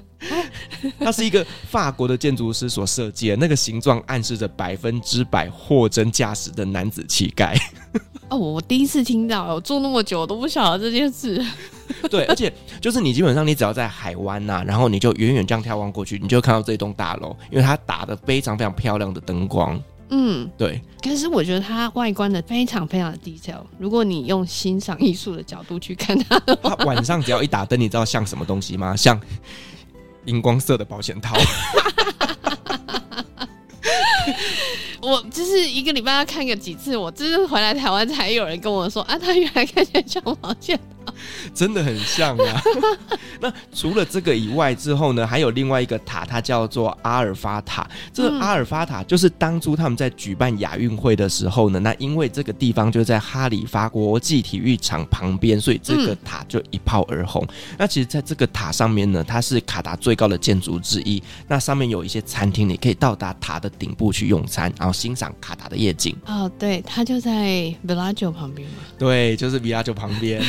[SPEAKER 1] 它是一个法国的建筑师所设计的，那个形状暗示着百分之百货真价实的男子气概。
[SPEAKER 3] 哦，我第一次听到，我住那么久，我都不晓得这件事。
[SPEAKER 1] 对，而且就是你基本上你只要在海湾呐、然后你就远远这样眺望过去，你就会看到这栋大楼，因为它打的非常非常漂亮的灯光。
[SPEAKER 3] 嗯，
[SPEAKER 1] 对，
[SPEAKER 3] 可是我觉得它外观的非常非常的 detail。如果你用欣赏艺术的角度去看它，
[SPEAKER 1] 它晚上只要一打灯，你知道像什么东西吗？像荧光色的保险套。
[SPEAKER 3] 我就是一个礼拜要看个几次。我就是回来台湾才有人跟我说啊，它原来看起来像毛线。
[SPEAKER 1] 真的很像啊。 那除了这个以外之后呢，还有另外一个塔，它叫做阿尔法塔。这个
[SPEAKER 3] 嗯
[SPEAKER 1] 阿尔法塔就是当初他们在举办亚运会的时候呢，那因为这个地方就在哈里发国际体育场旁边，所以这个
[SPEAKER 3] 嗯
[SPEAKER 1] 塔就一炮而红。那其实，在这个塔上面呢，它是卡达最高的建筑之一。那上面有一些餐厅，你可以到达塔的顶部去用餐，然后欣赏卡达的夜景。
[SPEAKER 3] 哦，对，它就在 Villaggio 旁边嘛。
[SPEAKER 1] 对，就是比亚酒旁 边，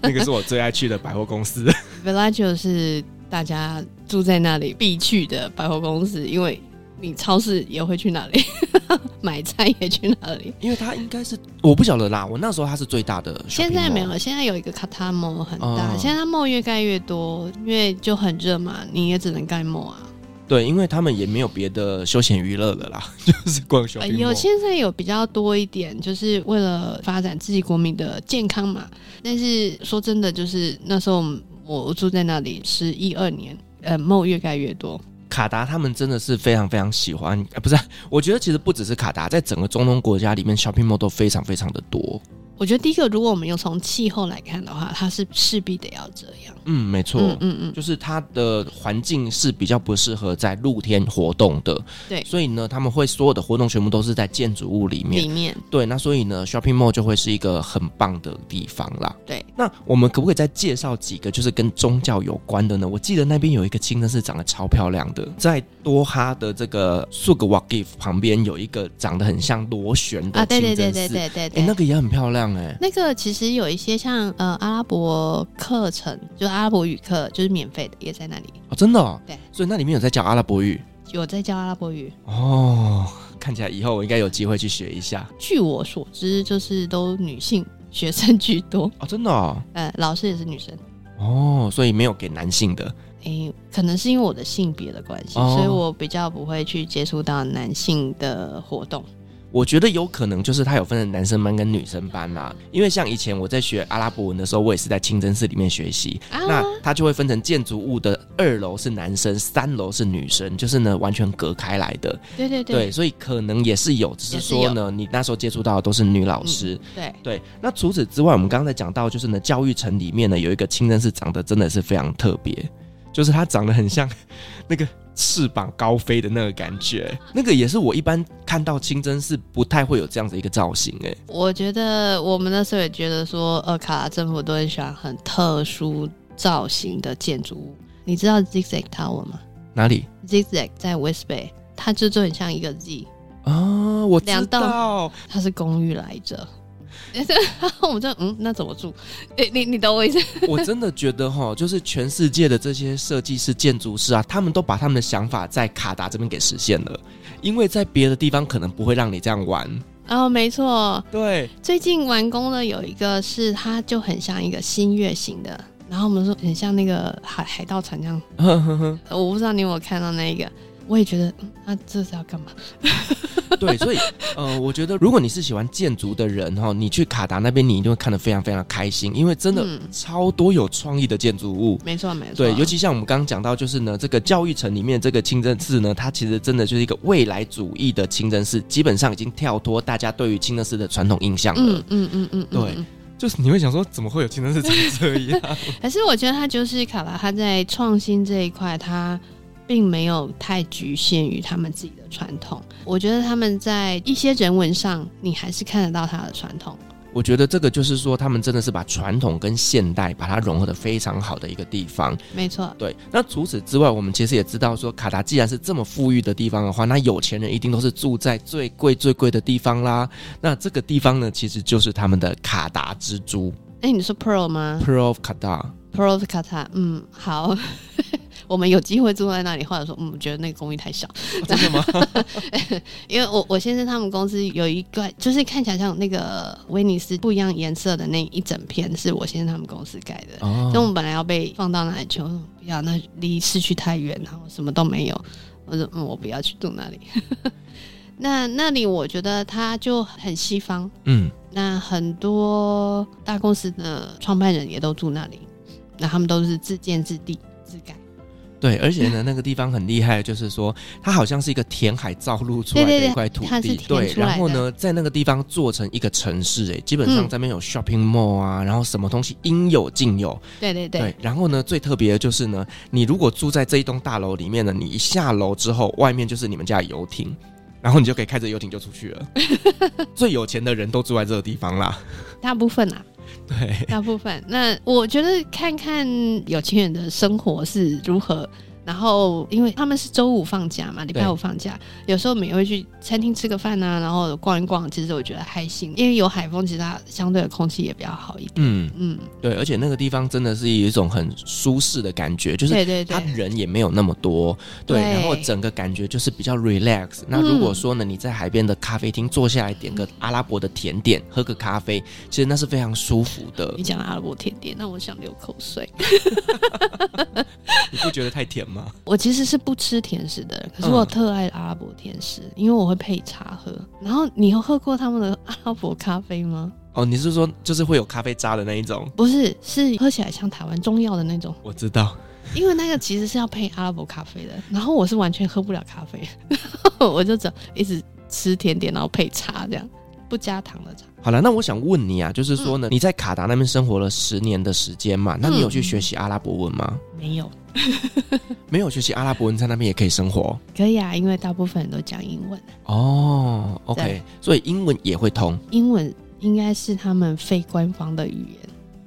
[SPEAKER 1] 那个是我最爱去的百货公司。
[SPEAKER 3] Villaggio 是大家住在那里必去的百货公司，因为你超市也会去那里， 买菜也去那里。
[SPEAKER 1] 因为它应该是我不晓得啦，我那时候它是最大的 shopping mall。
[SPEAKER 3] 现在没有，现在有一个卡塔 mall 很大，
[SPEAKER 1] 哦
[SPEAKER 3] 现在它 mall 越盖越多，因为就很热嘛，你也只能盖 mall 啊。
[SPEAKER 1] 对，因为他们也没有别的休闲娱乐了啦， 就是逛 shopping
[SPEAKER 3] 呃
[SPEAKER 1] mall。
[SPEAKER 3] 有现在有比较多一点，就是为了发展自己国民的健康嘛。但是说真的，就是那时候我们我住在那里十一二年，呃，mall 越盖越多。
[SPEAKER 1] 卡达他们真的是非常非常喜欢，呃、不是啊？我觉得其实不只是卡达，在整个中东国家里面，shopping mall 都非常非常的多。
[SPEAKER 3] 我觉得第一个，如果我们用从气候来看的话，它是势必得要这样。
[SPEAKER 1] 嗯，没错。
[SPEAKER 3] 嗯嗯嗯，
[SPEAKER 1] 就是它的环境是比较不适合在露天活动的，
[SPEAKER 3] 对
[SPEAKER 1] 所以呢，他们会所有的活动全部都是在建筑物里面
[SPEAKER 3] 里，面
[SPEAKER 1] 对，那所以呢，shopping mall 就会是一个很棒的地方啦。
[SPEAKER 3] 对，
[SPEAKER 1] 那我们可不可以再介绍几个就是跟宗教有关的呢？我记得那边有一个清真寺长得超漂亮的，在多哈的这个 s u g w a g i f 旁边有一个长得很像螺旋的
[SPEAKER 3] 啊，对
[SPEAKER 1] 清真
[SPEAKER 3] 对
[SPEAKER 1] 寺，
[SPEAKER 3] 对对对对
[SPEAKER 1] 哎、
[SPEAKER 3] 对。
[SPEAKER 1] 那个也很漂亮哎、
[SPEAKER 3] 那个其实有一些像呃阿拉伯课程，就是阿拉伯语课，就是免费的，也在那里。
[SPEAKER 1] 哦，真的、哦，
[SPEAKER 3] 对，
[SPEAKER 1] 所以那里面有在教阿拉伯语
[SPEAKER 3] 有在教阿拉伯语。
[SPEAKER 1] 哦。看起来以后我应该有机会去学一下
[SPEAKER 3] 据我所知，就是都女性学生居多，
[SPEAKER 1] 哦，真的哦，
[SPEAKER 3] 呃，老师也是女生。
[SPEAKER 1] 哦，所以没有给男性的
[SPEAKER 3] 诶，可能是因为我的性别的关系，
[SPEAKER 1] 哦
[SPEAKER 3] 所以我比较不会去接触到男性的活动。
[SPEAKER 1] 我觉得有可能就是它有分成男生班跟女生班啦、因为像以前我在学阿拉伯文的时候，我也是在清真寺里面学习，
[SPEAKER 3] 啊
[SPEAKER 1] 那它就会分成建筑物的二楼是男生，三楼是女生，就是呢完全隔开来的。
[SPEAKER 3] 对对嗯
[SPEAKER 1] 对，所以可能也是有，只是说呢，你那时候接触到的都是女老师。
[SPEAKER 3] 对
[SPEAKER 1] 对，那除此之外，我们刚才讲到，就是呢，教育城里面呢有一个清真寺，长得真的是非常特别，就是它长得很像那个翅膀高飞的那个感觉，那个也是我一般看到清真寺不太会有这样子一个造型哎、
[SPEAKER 3] 我觉得我们那时候也觉得说，呃，卡达政府都很喜欢很特殊造型的建筑物。你知道 Zigzag Tower 吗
[SPEAKER 1] 哪里
[SPEAKER 3] ？Zigzag 在 West Bay，它就就很像一个 Z，
[SPEAKER 1] 啊、我知
[SPEAKER 3] 两栋
[SPEAKER 1] 道，
[SPEAKER 3] 它是公寓来着。 我们就嗯，那怎么住？诶，你你懂我意思？
[SPEAKER 1] 我真的觉得哈，就是全世界的这些设计师、建筑师啊，他们都把他们的想法在卡达这边给实现了，因为在别的地方可能不会让你这样玩。
[SPEAKER 3] 哦，没错，
[SPEAKER 1] 对，
[SPEAKER 3] 最近完工的有一个是它就很像一个新月形的，然后我们说很像那个海海盗船这样。
[SPEAKER 1] 呵呵呵
[SPEAKER 3] 呃我不知道你有没有看到那一个，我也觉得，嗯，那、这是要干嘛？
[SPEAKER 1] 对，所以呃，我觉得如果你是喜欢建筑的人哈，你去卡达那边，你一定会看得非常非常开心，因为真的
[SPEAKER 3] 嗯
[SPEAKER 1] 超多有创意的建筑物。
[SPEAKER 3] 没错，没错，
[SPEAKER 1] 对，尤其像我们刚刚讲到，就是呢，这个教育城里面这个清真寺呢，它其实真的就是一个未来主义的清真寺，基本上已经跳脱大家对于清真寺的传统印象了。
[SPEAKER 3] 嗯嗯嗯嗯，嗯
[SPEAKER 1] 对
[SPEAKER 3] 嗯
[SPEAKER 1] 就是你会想说，怎么会有清真寺长这样？
[SPEAKER 3] 可是我觉得他就是卡拉，他在创新这一块，他并没有太局限于他们自己的传统。我觉得他们在一些人文上，你还是看得到他的传统。
[SPEAKER 1] 我觉得这个就是说，他们真的是把传统跟现代把它融合的非常好的一个地方。
[SPEAKER 3] 没错，
[SPEAKER 1] 对，那除此之外，我们其实也知道说，卡达既然是这么富裕的地方的话，那有钱人一定都是住在最贵最贵的地方啦。那这个地方呢，其实就是他们的卡达之珠
[SPEAKER 3] 哎，你说 Pearl 吗
[SPEAKER 1] （Pearl of Qatar）。
[SPEAKER 3] ？Pearl 卡塔，嗯，好。 我们有机会住在那里，或者说，嗯，我觉得那个公寓太小，
[SPEAKER 1] 真的吗？
[SPEAKER 3] 因为我我先生他们公司有一个，就是看起来像那个威尼斯不一样颜色的那一整片，是我先生他们公司盖的。所以我
[SPEAKER 1] 哦，
[SPEAKER 3] 们本来要被放到那里去，我说不要，那离市区太远，然后什么都没有。我说嗯，我不要去住那里。 那那里我觉得它就很西方，
[SPEAKER 1] 嗯，
[SPEAKER 3] 那很多大公司的创办人也都住那里，那他们都是自建自地自盖。
[SPEAKER 1] 对，而且呢，那个地方很厉害，就是说它好像是一个填海造陆出来
[SPEAKER 3] 对
[SPEAKER 1] 的
[SPEAKER 3] 对对
[SPEAKER 1] 一块土地，
[SPEAKER 3] 它是填出来
[SPEAKER 1] 然后呢，在那个地方做成一个城市，哎，基本上
[SPEAKER 3] 嗯
[SPEAKER 1] 这边有 shopping mall 啊，然后什么东西应有尽有。
[SPEAKER 3] 对对对，
[SPEAKER 1] 然后呢，最特别的就是呢，你如果住在这一栋大楼里面呢，你一下楼之后，外面就是你们家的游艇。然后你就可以开着游艇就出去 了。最有钱的人都住在这个地方啦。
[SPEAKER 3] 大部分啊啦，
[SPEAKER 1] 对，
[SPEAKER 3] 大部分。那我觉得看看有钱人的生活是如何。然后，因为他们是周五放假嘛，礼拜五放假，有时候我们也会去餐厅吃个饭啊，然后逛一逛。其实我觉得还行，因为有海风，其实它相对的空气也比较好一点。
[SPEAKER 1] 嗯，
[SPEAKER 3] 嗯，
[SPEAKER 1] 对，而且那个地方真的是一种很舒适的感觉，就是
[SPEAKER 3] 对对
[SPEAKER 1] 他
[SPEAKER 3] 对，
[SPEAKER 1] 人也没有那么多，对，
[SPEAKER 3] 对
[SPEAKER 1] 然后整个感觉就是比较 relax。那如果说呢，你在海边的咖啡厅坐下来，点个阿拉伯的甜点，喝个咖啡，其实那是非常舒服的
[SPEAKER 3] 你。讲阿拉伯甜点，那我想流口水。
[SPEAKER 1] 你不觉得太甜吗？
[SPEAKER 3] 我其实是不吃甜食的人，可是我特爱阿拉伯甜食，因为我会配茶喝。然后你有喝过他们的阿拉伯咖啡吗？
[SPEAKER 1] 哦，你是说就是会有咖啡渣的那一种？
[SPEAKER 3] 不是，是喝起来像台湾中药的那种，
[SPEAKER 1] 我知道，
[SPEAKER 3] 因为那个其实是要配阿拉伯咖啡的。然后我是完全喝不了咖啡， 然后我就只一直吃甜点，然后配茶这样，不加糖的茶。
[SPEAKER 1] 好了，那我想问你啊，就是说呢，你在卡达那边生活了十年的时间嘛，那你有去学习阿拉伯文吗？
[SPEAKER 3] 没有，
[SPEAKER 1] 没有学习阿拉伯文，在那边也可以生活
[SPEAKER 3] 可以啊，因为大部分人都讲英文，
[SPEAKER 1] 哦。OK，
[SPEAKER 3] 对
[SPEAKER 1] 所以英文也会通，
[SPEAKER 3] 英文应该是他们非官方的语言。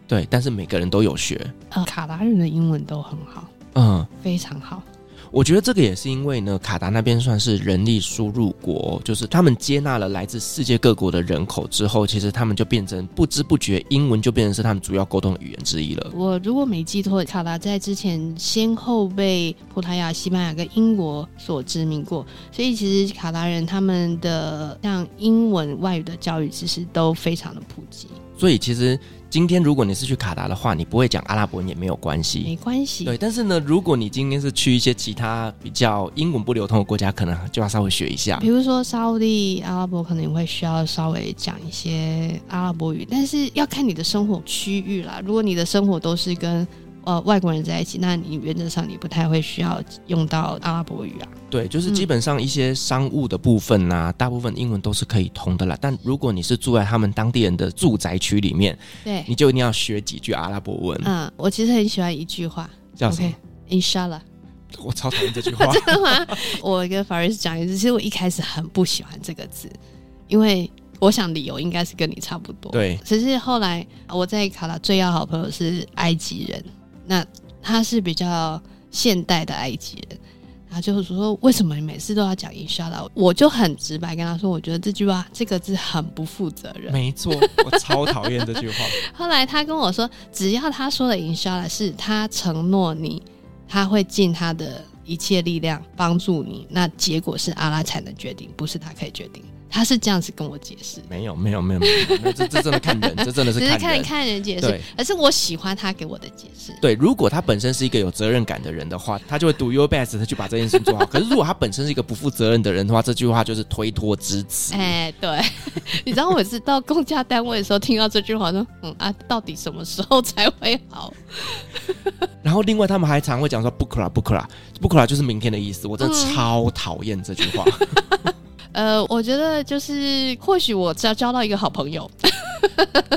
[SPEAKER 1] 对，但是每个人都有学，
[SPEAKER 3] 呃，卡达人的英文都很好，
[SPEAKER 1] 嗯。
[SPEAKER 3] 非常好。
[SPEAKER 1] 我觉得这个也是因为呢，卡达那边算是人力输入国，就是他们接纳了来自世界各国的人口之后，其实他们就变成不知不觉，英文就变成是他们主要沟通的语言之一了。
[SPEAKER 3] 我如果没记错，卡达在之前先后被葡萄牙、西班牙跟英国所殖民过，所以其实卡达人他们的像英文外语的教育其实都非常的普及，
[SPEAKER 1] 所以其实今天如果你是去卡达的话，你不会讲阿拉伯文也没有关系。
[SPEAKER 3] 没关系。
[SPEAKER 1] 对，但是呢，如果你今天是去一些其他比较英文不流通的国家，可能就要稍微学一下
[SPEAKER 3] 比。如说沙烏地阿拉伯可能会需要稍微讲一些阿拉伯语，但是要看你的生活区域啦。如果你的生活都是跟呃外国人在一起，那你原则上你不太会需要用到阿拉伯语啊。
[SPEAKER 1] 对，就是基本上一些商务的部分呐、大部分英文都是可以通的啦。但如果你是住在他们当地人的住宅区里面，
[SPEAKER 3] 对，
[SPEAKER 1] 你就一定要学几句阿拉伯文。
[SPEAKER 3] 嗯，我其实很喜欢一句话
[SPEAKER 1] 叫什么
[SPEAKER 3] OK，Inshallah。
[SPEAKER 1] 我超讨厌这句 话。
[SPEAKER 3] 真的吗？我跟 Faris 讲一次，其实我一开始很不喜欢这个字，因为我想理由应该是跟你差不多。，
[SPEAKER 1] 对，
[SPEAKER 3] 只是后来我在卡拉最要好朋友是埃及人，那他是比较现代的埃及人。他就是说，为什么你每次都要讲 i n s h a l a 我就很直白跟他说，我觉得这句话这个字很不负责任。
[SPEAKER 1] 没错，我超讨厌这句 话。
[SPEAKER 3] 后来他跟我说，只要他说的 inshallah 是他承诺你，他会尽他的一切力量帮助你，那结果是阿拉才能决定，不是他可以决定。他是这样子跟我解释，
[SPEAKER 1] 没有，没有，没有，没有，没有这这真的看人，这真的是
[SPEAKER 3] 只是
[SPEAKER 1] 看
[SPEAKER 3] 看
[SPEAKER 1] 人。
[SPEAKER 3] 看人解
[SPEAKER 1] 对
[SPEAKER 3] 释，而是我喜欢他给我的解释。
[SPEAKER 1] 对，如果他本身是一个有责任感的人的话，他就会 do your best，他去把这件事情做好。可是如果他本身是一个不负责任的人的话，这句话就是推脱之词。
[SPEAKER 3] 哎、对， 你知道我是到公家单位的时候听到这句话说，嗯啊，到底什么时候才会好？
[SPEAKER 1] 然后另外他们还常会讲说 b u k r a b u k r a b u k r a 就是明天的意思。我真的
[SPEAKER 3] 嗯
[SPEAKER 1] 超讨厌这句 话。
[SPEAKER 3] 呃，我觉得就是或许我只要交到一个好朋友，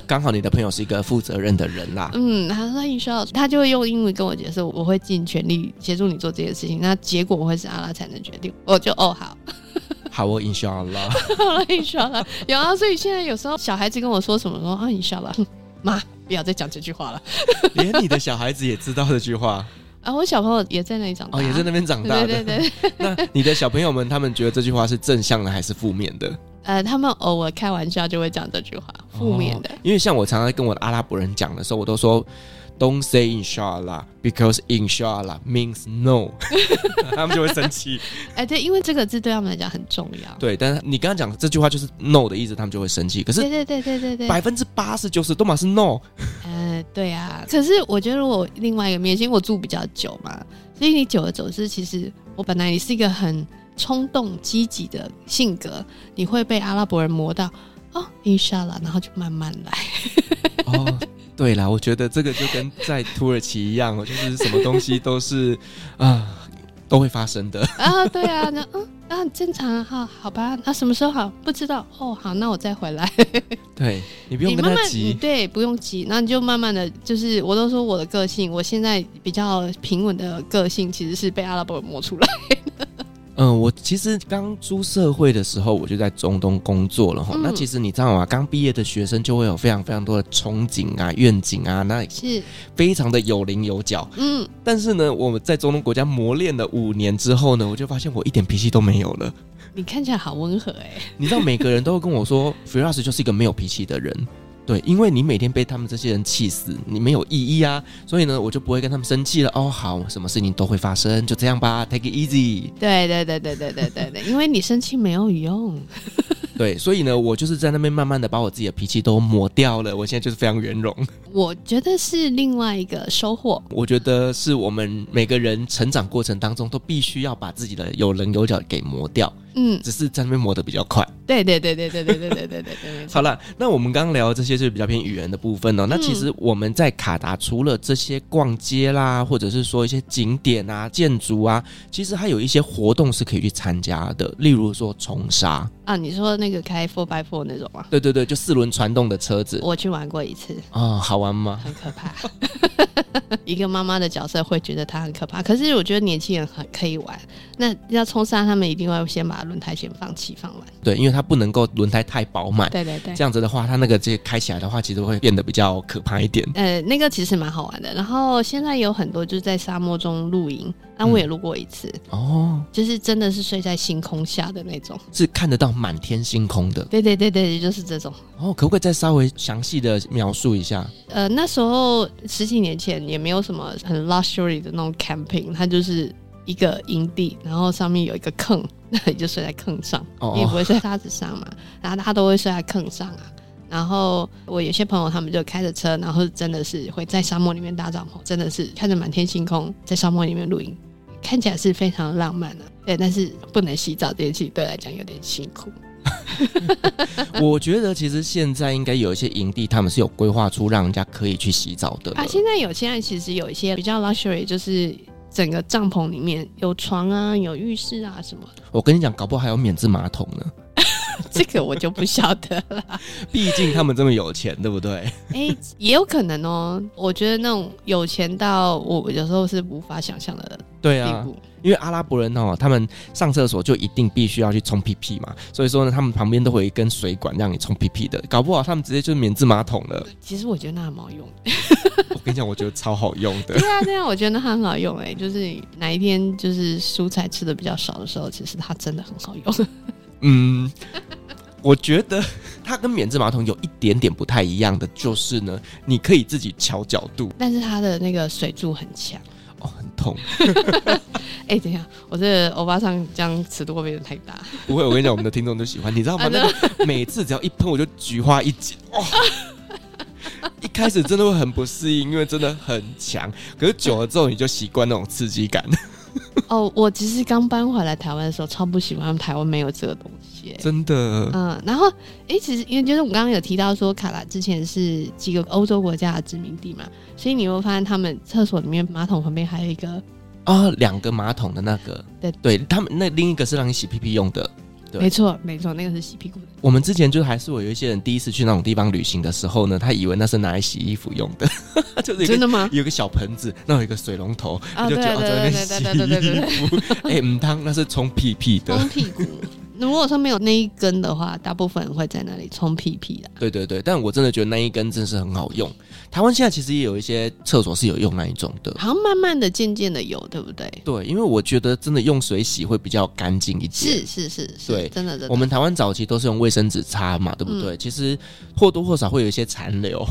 [SPEAKER 1] 刚好你的朋友是一个负责任的人啦。
[SPEAKER 3] 嗯，他说你需要，他就会用英文跟我解释，我会尽全力协助你做这件事情。那结果会是阿拉才能决定，我就哦 好，
[SPEAKER 1] 好，我 inshallah。
[SPEAKER 3] 好了，你需要了。有啊，所以现在有时候小孩子跟我说什么说啊，你需要了，妈，不要再讲这句话了。
[SPEAKER 1] 连你的小孩子也知道这句话
[SPEAKER 3] 啊，我小朋友也在那里长大，
[SPEAKER 1] 哦，也在那边长大的。
[SPEAKER 3] 对对对，
[SPEAKER 1] 那 你的小朋友们，他们觉得这句话是正向的还是负面的？
[SPEAKER 3] 呃，他们偶尔开玩笑就会讲这句话，负面的。
[SPEAKER 1] 哦因为像我常常跟我的阿拉伯人讲的时候，我都说 "Don't say inshallah because inshallah means no"，他们就会生气。
[SPEAKER 3] 哎、对，因为这个字对他们来讲很重要。
[SPEAKER 1] 对，但是你刚刚讲这句话就是 no 的意思，他们就会生气。可是
[SPEAKER 3] 对对对对对对，
[SPEAKER 1] 百分之八十九十都嘛是 no，
[SPEAKER 3] 嗯，对啊，可是我觉得我另外一个面向，因为我住比较久嘛，所以你久而久之，其实我本来也是一个很冲动、积极的性格，你会被阿拉伯人磨到哦，inshallah，然后就慢慢来。
[SPEAKER 1] 哦，对啦，我觉得这个就跟在土耳其一样哦，就是什么东西都是啊都会发生的。
[SPEAKER 3] 啊，对啊，那嗯啊很正常啊，好好吧，那、什么时候好不知道哦，好，那我再回来，
[SPEAKER 1] 对你不
[SPEAKER 3] 你
[SPEAKER 1] 用跟
[SPEAKER 3] 慢
[SPEAKER 1] 他
[SPEAKER 3] 慢你
[SPEAKER 1] 急，
[SPEAKER 3] 对，不用急，那你就慢慢的就是，我都说我的个性，我现在比较平稳的个性其实是被阿拉伯人磨出来，
[SPEAKER 1] 嗯，我其实刚出社会的时候，我就在中东工作了哈。
[SPEAKER 3] 嗯
[SPEAKER 1] 那其实你知道吗？刚毕业的学生就会有非常非常多的憧憬啊、愿景啊，那
[SPEAKER 3] 是，
[SPEAKER 1] 非常的有棱有角。
[SPEAKER 3] 嗯，
[SPEAKER 1] 但是呢，我们在中东国家磨练了五年之后呢，我就发现我一点脾气都没有了。
[SPEAKER 3] 你看起来好温和哎、
[SPEAKER 1] 你知道，每个人都会跟我说，Firas 就是一个没有脾气的人。对，因为你每天被他们这些人气死，你没有意义啊，所以呢，我就不会跟他们生气了。哦，好，什么事情都会发生，就这样吧，take it easy。
[SPEAKER 3] 对对对对对对对对，因为你生气没有用，
[SPEAKER 1] 对，所以呢，我就是在那边慢慢的把我自己的脾气都磨掉了。我现在就是非常圆融，
[SPEAKER 3] 我觉得是另外一个收获。
[SPEAKER 1] 我觉得是我们每个人成长过程当中都必须要把自己的有棱有角给磨掉，
[SPEAKER 3] 嗯，
[SPEAKER 1] 只是在那边磨得比较快。
[SPEAKER 3] 对对对对对对对对对对对，没错
[SPEAKER 1] 好了，那我们刚刚聊的这些是比较偏语言的部分哦。那其实我们在卡达除了这些逛街啦，或者是说一些景点啊、建筑啊，其实还有一些活动是可以去参加的，例如说冲沙，
[SPEAKER 3] 啊！你说那个开 four by four 那种吗？
[SPEAKER 1] 对对对，就四轮传动的车子
[SPEAKER 3] 我去玩过一次，
[SPEAKER 1] 啊、好玩吗？
[SPEAKER 3] 很可怕。 一个妈妈的角色会觉得它很可怕，可是我觉得年轻人很可以玩。那要冲沙，他们一定会先把轮胎先放齐放完。
[SPEAKER 1] 对，因为它不能够轮胎太饱满，
[SPEAKER 3] 对对对
[SPEAKER 1] 这。样子的话，它那个这开起来的话，其实会变得比较可怕一点。
[SPEAKER 3] 呃，那个其实蛮好玩的。然后现在有很多就是在沙漠中露营，那、我也露过一次，
[SPEAKER 1] 哦，
[SPEAKER 3] 就是真的是睡在星空下的那种。
[SPEAKER 1] 是看得到满天星空的
[SPEAKER 3] 对对对对，就是这种。
[SPEAKER 1] 哦，可不可以再稍微详细的描述一下？
[SPEAKER 3] 呃，那时候十几年前也没有什么很 luxury 的那种 camping，它就是一个营地，然后上面有一个坑， 那你就睡在坑上，
[SPEAKER 1] 哦
[SPEAKER 3] 你也不会睡在沙子上嘛，然后大家都会睡在坑上啊。然后我有些朋友他们就开着车，然后真的是会在沙漠里面搭帐篷，真的是看着满天星空，在沙漠里面露营，看起来是非常浪漫的、对，但是不能洗澡这件事情对我来讲有点辛苦。
[SPEAKER 1] 我觉得其实现在应该有一些营地，他们是有规划出让人家可以去洗澡的了。
[SPEAKER 3] 啊，现在有现在其实有一些比较 luxury，就是整个帐篷里面有床啊、有浴室啊什么的，
[SPEAKER 1] 我跟你讲，搞不好还有免治马桶呢。
[SPEAKER 3] 这个我就不晓得 了。
[SPEAKER 1] 毕竟他们这么有钱，对不对？
[SPEAKER 3] 哎、也有可能哦。我觉得那种有钱到我有时候是无法想象的
[SPEAKER 1] 对
[SPEAKER 3] 地
[SPEAKER 1] 啊，
[SPEAKER 3] 步。
[SPEAKER 1] 因为阿拉伯人哦，他们上厕所就一定必须要去冲屁屁嘛，所以说呢，他们旁边都会有一根水管让你冲屁屁的。搞不好他们直接就是免治马桶 了。
[SPEAKER 3] 其实我觉得那很好用。
[SPEAKER 1] 我跟你讲，我觉得超好用的。
[SPEAKER 3] 对啊，对啊，我觉得那很好用、哎， 就是哪一天就是蔬菜吃的比较少的时候，其实它真的很好用。
[SPEAKER 1] 嗯，我觉得它跟免治马桶有一点点不太一样的，就是呢，你可以自己调角度，
[SPEAKER 3] 但是它的那个水柱很强。
[SPEAKER 1] 哦，很痛。
[SPEAKER 3] 哎、等一下，我这个欧巴桑这样尺度会不会有点太 大？
[SPEAKER 1] 不会，我跟你讲，我们的听众都喜欢，你知道吗
[SPEAKER 3] 啊？真
[SPEAKER 1] 那个每次只要一喷，我就菊花一紧，哇！一开始真的会很不适应，因为真的很强。可是久了之后，你就习惯那种刺激感，
[SPEAKER 3] 哦，我其实刚搬回来台湾的时候，超不喜欢台湾没有这个东西耶。
[SPEAKER 1] 真的。
[SPEAKER 3] 嗯，然后诶，其实因为就是我们刚刚有提到说，卡拉之前是几个欧洲国家的殖民地嘛，所以你会发现他们厕所里面马桶旁边还有一个，
[SPEAKER 1] 啊，两个马桶的那个，
[SPEAKER 3] 对
[SPEAKER 1] 他们那另一个是让你洗屁屁用的。对
[SPEAKER 3] 没错没错，那个是洗屁股的。
[SPEAKER 1] 我们之前就还是我有一些人第一次去那种地方旅行的时候呢，他以为那是拿来洗衣服用的， 就是一
[SPEAKER 3] 真
[SPEAKER 1] 个
[SPEAKER 3] 的吗？
[SPEAKER 1] 有一个小盆子，那有一个水龙头，
[SPEAKER 3] 啊
[SPEAKER 1] 他就觉得哦
[SPEAKER 3] 对
[SPEAKER 1] 在那边
[SPEAKER 3] 对对对对对对
[SPEAKER 1] 洗衣服。哎，唔当那是冲屁屁的，
[SPEAKER 3] 冲屁股。如果说没有那一根的话，大部分人会在那里冲屁屁的。
[SPEAKER 1] 对对对，但我真的觉得那一根真是很好用。台湾现在其实也有一些厕所是有用那一种的，
[SPEAKER 3] 好像慢慢的、渐渐的有， 对不对？
[SPEAKER 1] 对，因为我觉得真的用水洗会比较干净一点。
[SPEAKER 3] 是是是是，
[SPEAKER 1] 对
[SPEAKER 3] 真的真的。嗯
[SPEAKER 1] 我们台湾早期都是用卫生纸擦嘛，对不对？其实或多或少会有一些残留，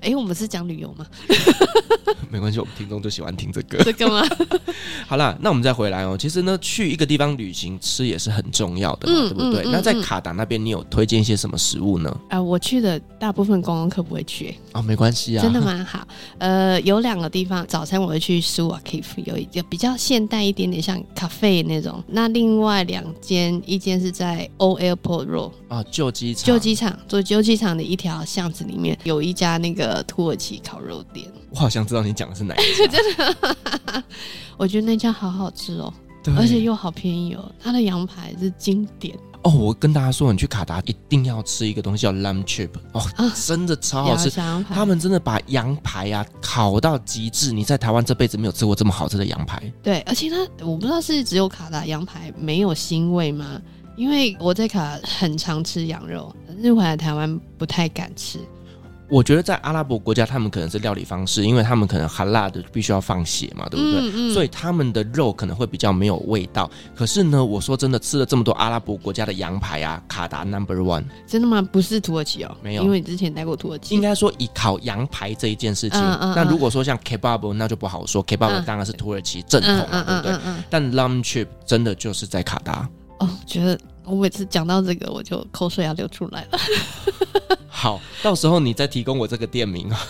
[SPEAKER 3] 哎、哎、我们是讲旅游吗？
[SPEAKER 1] 没关系，我们听众就喜欢听这个。
[SPEAKER 3] 这 个吗？
[SPEAKER 1] 好啦，那我们再回来哦。其实呢，去一个地方旅行，吃也是很重要的嘛，
[SPEAKER 3] 嗯
[SPEAKER 1] 对不对？
[SPEAKER 3] 嗯嗯
[SPEAKER 1] 那在
[SPEAKER 3] 嗯
[SPEAKER 1] 卡达那边，你有推荐一些什么食物呢？
[SPEAKER 3] 啊、我去的大部分观光客不会去、诶
[SPEAKER 1] 啊、没关系啊，
[SPEAKER 3] 真的？吗？好，呃，有两个地方，早餐我会去 s u a k i f 有一个比较现代一点点，像咖啡那种。那另外两间，一间是在 O Airport Road
[SPEAKER 1] 啊，旧机场，
[SPEAKER 3] 旧机场，坐旧机场的一条巷子里面有一家那个土耳其烤肉店，
[SPEAKER 1] 我好像知道你讲的是哪一家，
[SPEAKER 3] 我觉得那家好好吃哦，
[SPEAKER 1] 对
[SPEAKER 3] 而且又好便宜哦，它的羊排是经典。
[SPEAKER 1] 哦，我跟大家说，你去卡达一定要吃一个东西叫 lamb chip，哦，
[SPEAKER 3] 啊
[SPEAKER 1] 真的超好吃。
[SPEAKER 3] 羊羊排，
[SPEAKER 1] 他们真的把羊排啊烤到极致，你在台湾这辈子没有吃过这么好吃的羊排。
[SPEAKER 3] 对，而且它我不知道是只有卡达羊排没有腥味吗？因为我在卡达很常吃羊肉，但是回来台湾不太敢吃。
[SPEAKER 1] 我觉得在阿拉伯国家，他们可能是料理方式，因为他们可能哈辣的必须要放血嘛，对不对？
[SPEAKER 3] 嗯
[SPEAKER 1] 所以他们的肉可能会比较没有味道。可是呢，我说真的，吃了这么多阿拉伯国家的羊排啊，卡达 Number One，
[SPEAKER 3] 真的吗？不是土耳其哦，
[SPEAKER 1] 没有
[SPEAKER 3] 因为你之前待过土耳其。
[SPEAKER 1] 应该说以烤羊排这一件事情，
[SPEAKER 3] 嗯嗯
[SPEAKER 1] 那
[SPEAKER 3] 嗯
[SPEAKER 1] 如果说像 kebab，那就不好说，kebab
[SPEAKER 3] 嗯
[SPEAKER 1] 当然是土耳其正统嘛，啊对不对？
[SPEAKER 3] 嗯。
[SPEAKER 1] 但 lamb chip 真的就是在卡达。
[SPEAKER 3] 哦，觉得我每次讲到这个，我就口水要流出来了。
[SPEAKER 1] 好，到时候你再提供我这个店名 啊，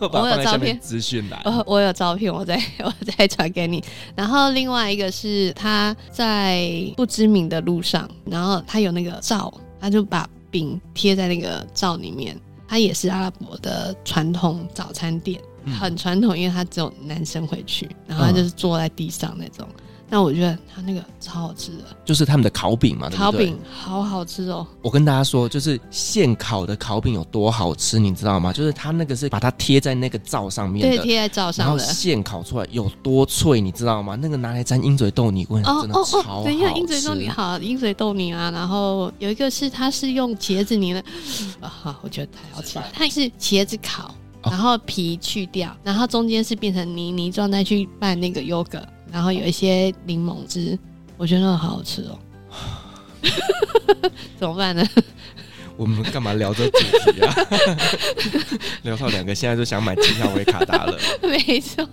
[SPEAKER 1] 我把
[SPEAKER 3] 我
[SPEAKER 1] 它放
[SPEAKER 3] 有
[SPEAKER 1] 在
[SPEAKER 3] 照
[SPEAKER 1] 下
[SPEAKER 3] 片哦
[SPEAKER 1] 面，资讯栏。
[SPEAKER 3] 呃我我有照片，我再 我再传给你。然后另外一个是他在不知名的路上，然后他有那个罩，他就把饼贴在那个罩里面。它也是阿拉伯的传统早餐店，
[SPEAKER 1] 嗯
[SPEAKER 3] 很传统，因为它只有男生会去，然后他
[SPEAKER 1] 嗯
[SPEAKER 3] 就是坐在地上那种。那我觉得他那个超好吃的，
[SPEAKER 1] 就是他们的烤饼嘛，啊对不对
[SPEAKER 3] 烤饼好好吃哦，
[SPEAKER 1] 我跟大家说，就是现烤的烤饼有多好吃，你知道吗？就是它那个是把它贴在那个罩上面
[SPEAKER 3] 对，
[SPEAKER 1] 的，
[SPEAKER 3] 贴在罩
[SPEAKER 1] 然
[SPEAKER 3] 上
[SPEAKER 1] 后
[SPEAKER 3] 的。
[SPEAKER 1] 现烤出来有多脆，你知道吗？那个拿来沾鹰嘴豆泥，我跟你讲
[SPEAKER 3] 哦
[SPEAKER 1] 真的
[SPEAKER 3] 哦
[SPEAKER 1] 超好
[SPEAKER 3] 哦！
[SPEAKER 1] 吃。
[SPEAKER 3] 等一下，鹰嘴豆泥好，鹰嘴豆泥啊，然后有一个是它是用茄子泥的，啊，好我觉得太好吃了。它是茄子烤，
[SPEAKER 1] 哦
[SPEAKER 3] 然后皮去掉，然后中间是变成泥泥状，再去拌那个 yogurt，然后有一些柠檬汁，我觉得那个好好吃哦。 怎么办呢？
[SPEAKER 1] 我们干嘛聊这主题啊？ 聊到两个现在就想买机票回卡 达了。
[SPEAKER 3] 没错，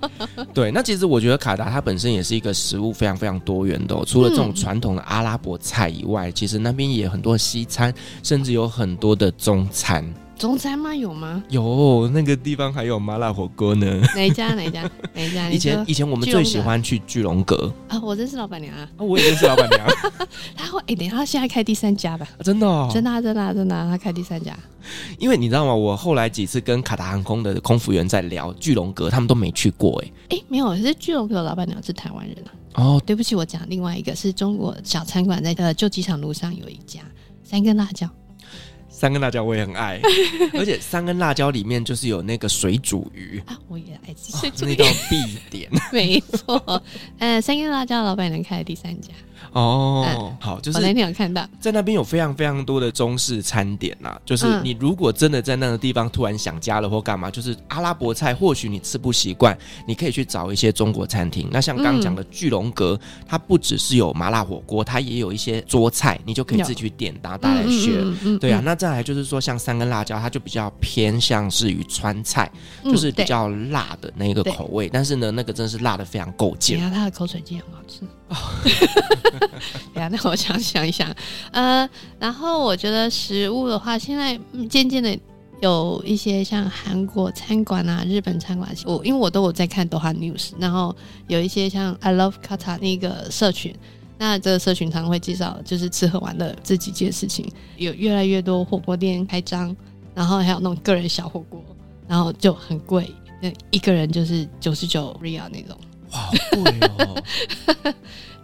[SPEAKER 1] 对，那其实我觉得卡达它本身也是一个食物非常非常多元的、哦，除了这种
[SPEAKER 3] 嗯
[SPEAKER 1] 传统的阿拉伯菜以外，其实那边也有很多西餐，甚至有很多的中餐。
[SPEAKER 3] 中餐吗？有吗？
[SPEAKER 1] 有那个地方还有麻辣火锅呢。
[SPEAKER 3] 哪一家？哪一家？哪一家？
[SPEAKER 1] 啊以
[SPEAKER 3] 你
[SPEAKER 1] 前
[SPEAKER 3] 说
[SPEAKER 1] 以前我们最喜欢去聚龙 阁，
[SPEAKER 3] 啊，我认识老板娘啊，
[SPEAKER 1] 啊我也认识老板 娘，啊
[SPEAKER 3] 她会哎、等一下，她现在开第三家吧？
[SPEAKER 1] 真的、哦，
[SPEAKER 3] 真的、啊，真的、啊，真的、啊，她开第三家。
[SPEAKER 1] 因为你知道吗？我后来几次跟卡达航空的空服员在聊聚龙阁，他们都没去过哎。
[SPEAKER 3] 哎，没有，是聚龙阁老板娘是台湾人啊。
[SPEAKER 1] 哦，
[SPEAKER 3] 对不起，我讲另外一个是中国小餐馆在呃旧机场路上有一家三根辣椒，
[SPEAKER 1] 三根辣椒我也很 爱，而且三根辣椒里面就是有那个水煮鱼，
[SPEAKER 3] 啊，我也爱吃
[SPEAKER 1] 哦
[SPEAKER 3] 水煮
[SPEAKER 1] 那
[SPEAKER 3] 鱼，
[SPEAKER 1] 道必点
[SPEAKER 3] 没错。呃，三根辣椒老板娘开的第三家，
[SPEAKER 1] 哦。好，就
[SPEAKER 3] 嗯我那
[SPEAKER 1] 是
[SPEAKER 3] 天有看到，
[SPEAKER 1] 在那边有非常非常多的中式餐点呐、就是
[SPEAKER 3] 嗯
[SPEAKER 1] 你如果真的在那个地方突然想家了或干嘛，就是阿拉伯菜或许你吃不习惯，你可以去找一些中国餐厅。那像刚刚讲的聚龙阁，它不只是有麻辣火锅，它也有一些桌菜，你就可以
[SPEAKER 3] 有
[SPEAKER 1] 自己去点，然后大家来学。
[SPEAKER 3] 嗯嗯
[SPEAKER 1] 对啊，，那再来就是说，像三根辣椒，它就比较偏向是于川菜，
[SPEAKER 3] 嗯
[SPEAKER 1] 就是比。
[SPEAKER 3] 嗯嗯
[SPEAKER 1] 较辣的那个
[SPEAKER 3] 对
[SPEAKER 1] 口味。但是呢，那个真的是辣的非常够
[SPEAKER 3] 对啊等一
[SPEAKER 1] 劲。
[SPEAKER 3] 下，他的口水鸡很好吃。 等一下，那我想想一想，呃，然后我觉得食物的话，现在嗯渐渐的有一些像韩国餐馆啊、日本餐馆，我因为我都有在看 Doha News，然后有一些像 I Love Qatar 那个社群。那这个社群常会介绍，就是吃喝玩乐这几件事情，有越来越多火锅店开张，然后还有那种个人小火锅，然后就很贵，那一个人就是九十九 ria 那种。
[SPEAKER 1] 哇，好贵哦！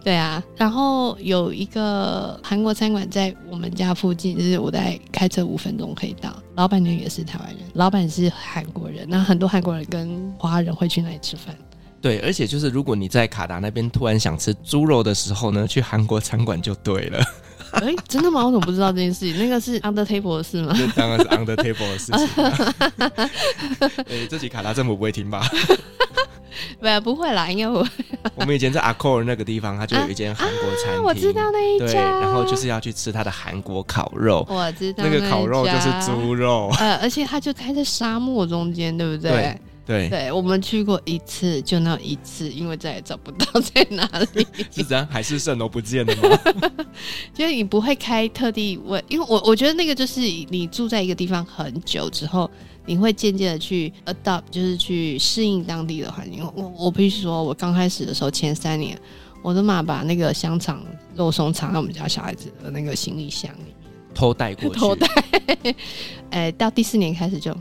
[SPEAKER 3] 对啊，然后有一个韩国餐馆在我们家附近，就是我在开车五分钟可以到。老板娘也是台湾人，老板是韩国人，那很多韩国人跟华人会去那里吃饭。
[SPEAKER 1] 对，而且就是如果你在卡达那边突然想吃猪肉的时候呢，去韩国餐馆就对了。
[SPEAKER 3] 哎、真的吗？我怎么不知道这件事情？那个是 under table 的事吗？
[SPEAKER 1] 这当然是 on the table 的事情、啊。哎、这集卡达政府不会听吧？
[SPEAKER 3] 不不会啦，应该我
[SPEAKER 1] 我们以前在阿扣那个地方，它就有一间韩国餐厅、
[SPEAKER 3] 啊我知道那一
[SPEAKER 1] 对，
[SPEAKER 3] 家，
[SPEAKER 1] 然后就是要去吃它的韩国烤肉，
[SPEAKER 3] 我知道
[SPEAKER 1] 那个
[SPEAKER 3] 一
[SPEAKER 1] 烤肉就是
[SPEAKER 3] 家，
[SPEAKER 1] 猪 肉，
[SPEAKER 3] 呃，而且它就开在沙漠中间，对不对？
[SPEAKER 1] 对，
[SPEAKER 3] 对，我们去过一次，就那一次，因为再也找不到在哪里。
[SPEAKER 1] 是怎样？海市蜃楼不见了 吗？
[SPEAKER 3] 就是你不会开特地问，因为我我觉得那个就是你住在一个地方很久之后，你会渐渐的去 adopt，就是去适应当地的环境。我我我必须说，我刚开始的时候前三年，我都嘛把那个香肠肉松藏在我们家小孩子的那个行李箱里。
[SPEAKER 1] 偷带过去，
[SPEAKER 3] 偷带哎，到第四年开始就，嗯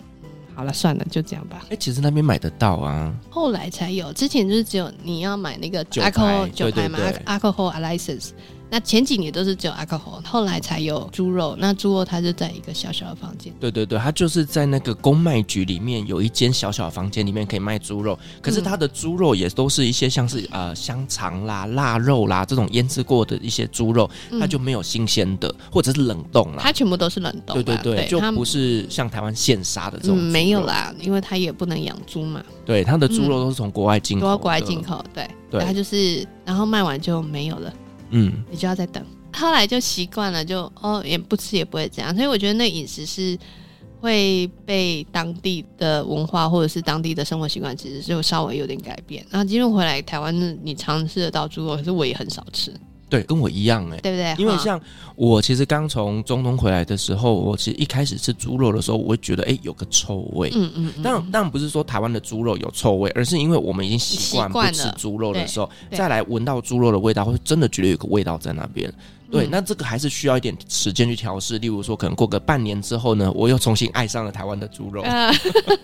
[SPEAKER 3] 好了，算了，就这样吧。
[SPEAKER 1] 哎、其实那边买得到啊，
[SPEAKER 3] 后来才有，之前就是只有你要买那个
[SPEAKER 1] 酒
[SPEAKER 3] alcohol
[SPEAKER 1] 牌
[SPEAKER 3] 酒牌嘛
[SPEAKER 1] 对对对
[SPEAKER 3] a l c o h o l license。那前几年都是只有 alcohol，后来才有猪肉。那猪肉它就在一个小小的房间，
[SPEAKER 1] 对对对，它就是在那个公卖局里面有一间小小的房间，里面可以卖猪肉，可
[SPEAKER 3] 嗯
[SPEAKER 1] 是它的猪肉也都是一些像是呃香肠啦、腊肉啦这种腌制过的一些猪肉，
[SPEAKER 3] 嗯
[SPEAKER 1] 它就没有新鲜的，或者是冷冻啦。
[SPEAKER 3] 它全部都是冷冻
[SPEAKER 1] 对
[SPEAKER 3] 吧。
[SPEAKER 1] 对对，就
[SPEAKER 3] 它
[SPEAKER 1] 不是像台湾现杀的这
[SPEAKER 3] 嗯
[SPEAKER 1] 种、
[SPEAKER 3] 没有。啦，因为它也不能养猪嘛，
[SPEAKER 1] 对，它的猪肉都是从国外进口，
[SPEAKER 3] 都要国外进。口。对，
[SPEAKER 1] 嗯对
[SPEAKER 3] 它就是然后卖完就没有了。
[SPEAKER 1] 嗯，
[SPEAKER 3] 你就要再等。后来就习惯了，就哦也不吃也不会这样，所以我觉得那饮食是会被当地的文化或者是当地的生活习惯，其实就稍微有点改变。然后今天回来台湾，你尝试得到猪肉，可是我也很少吃，
[SPEAKER 1] 对，跟我一样哎、
[SPEAKER 3] 对不对？
[SPEAKER 1] 因为
[SPEAKER 3] 哈
[SPEAKER 1] 像我其实刚从中东回来的时候，我其实一开始吃猪肉的时候，我会觉得哎、有个臭味，
[SPEAKER 3] 嗯嗯嗯，
[SPEAKER 1] 当然，当然不是说台湾的猪肉有臭味，而是因为我们已经习惯
[SPEAKER 3] 习
[SPEAKER 1] 不
[SPEAKER 3] 惯
[SPEAKER 1] 吃
[SPEAKER 3] 了
[SPEAKER 1] 猪肉的时候，
[SPEAKER 3] 对对
[SPEAKER 1] 再来闻到猪肉的味道，会真的觉得有个味道在那边。对，
[SPEAKER 3] 嗯
[SPEAKER 1] 那这个还是需要一点时间去调试。例如说，可能过个半年之后呢，我又重新爱上了台湾的猪肉，
[SPEAKER 3] 呃，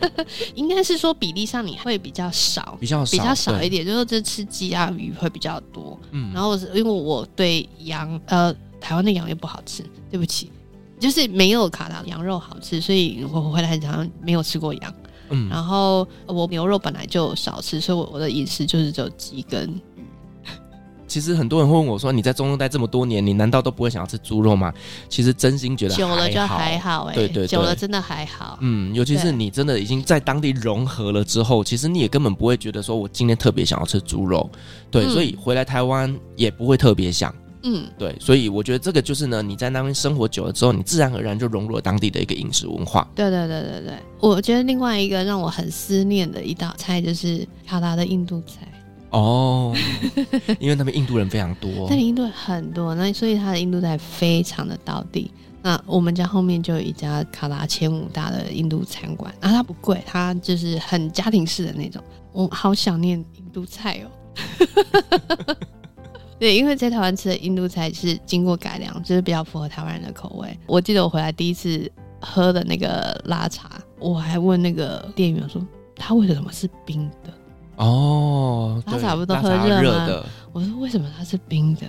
[SPEAKER 3] 应该是说比例上你会比较少，
[SPEAKER 1] 比较少，
[SPEAKER 3] 比较少
[SPEAKER 1] 对
[SPEAKER 3] 一。点，就是这吃鸡啊鱼会比较多。
[SPEAKER 1] 嗯，
[SPEAKER 3] 然后是因为我对羊，呃，台湾的羊也不好吃，对不起，就是没有卡达羊肉好吃，所以我回来很常没有吃过羊。
[SPEAKER 1] 嗯，
[SPEAKER 3] 然后呃我牛肉本来就少吃，所以我我的饮食就是只有鸡跟。
[SPEAKER 1] 其实很多人会问我说：“你在中东待这么多年，你难道都不会想要吃猪肉吗？”其实真心觉得
[SPEAKER 3] 久了就
[SPEAKER 1] 好
[SPEAKER 3] 还好哎、
[SPEAKER 1] 对对对
[SPEAKER 3] 久了真的还好。
[SPEAKER 1] 嗯，尤其是
[SPEAKER 3] 对
[SPEAKER 1] 你真的已经在当地融合了之后，其实你也根本不会觉得说我今天特别想要吃猪肉，对，
[SPEAKER 3] 嗯
[SPEAKER 1] 所以回来台湾也不会特别想，
[SPEAKER 3] 嗯，
[SPEAKER 1] 对，所以我觉得这个就是呢，你在那边生活久了之后，你自然而然就融入了当地的一个饮食文化。
[SPEAKER 3] 对对对对对，我觉得另外一个让我很思念的一道菜就是卡达的印度菜，
[SPEAKER 1] 哦， 因为那边印度人非常多
[SPEAKER 3] 那，里印度很多，那所以它的印度菜非常的到地。那我们家后面就有一家卡拉前五大的印度餐馆，然后它不贵，它就是很家庭式的那种。我好想念印度菜哦。对，因为在台湾吃的印度菜是经过改良，就是比较符合台湾人的口味。我记得我回来第一次喝的那个拉茶，我还问那个店员说，它为什么是冰的？
[SPEAKER 1] 哦，
[SPEAKER 3] 拉
[SPEAKER 1] 对
[SPEAKER 3] 萨不都
[SPEAKER 1] 拉
[SPEAKER 3] 喝
[SPEAKER 1] 萨
[SPEAKER 3] 热
[SPEAKER 1] 热
[SPEAKER 3] 吗
[SPEAKER 1] 的，
[SPEAKER 3] 我说为什么它是冰的？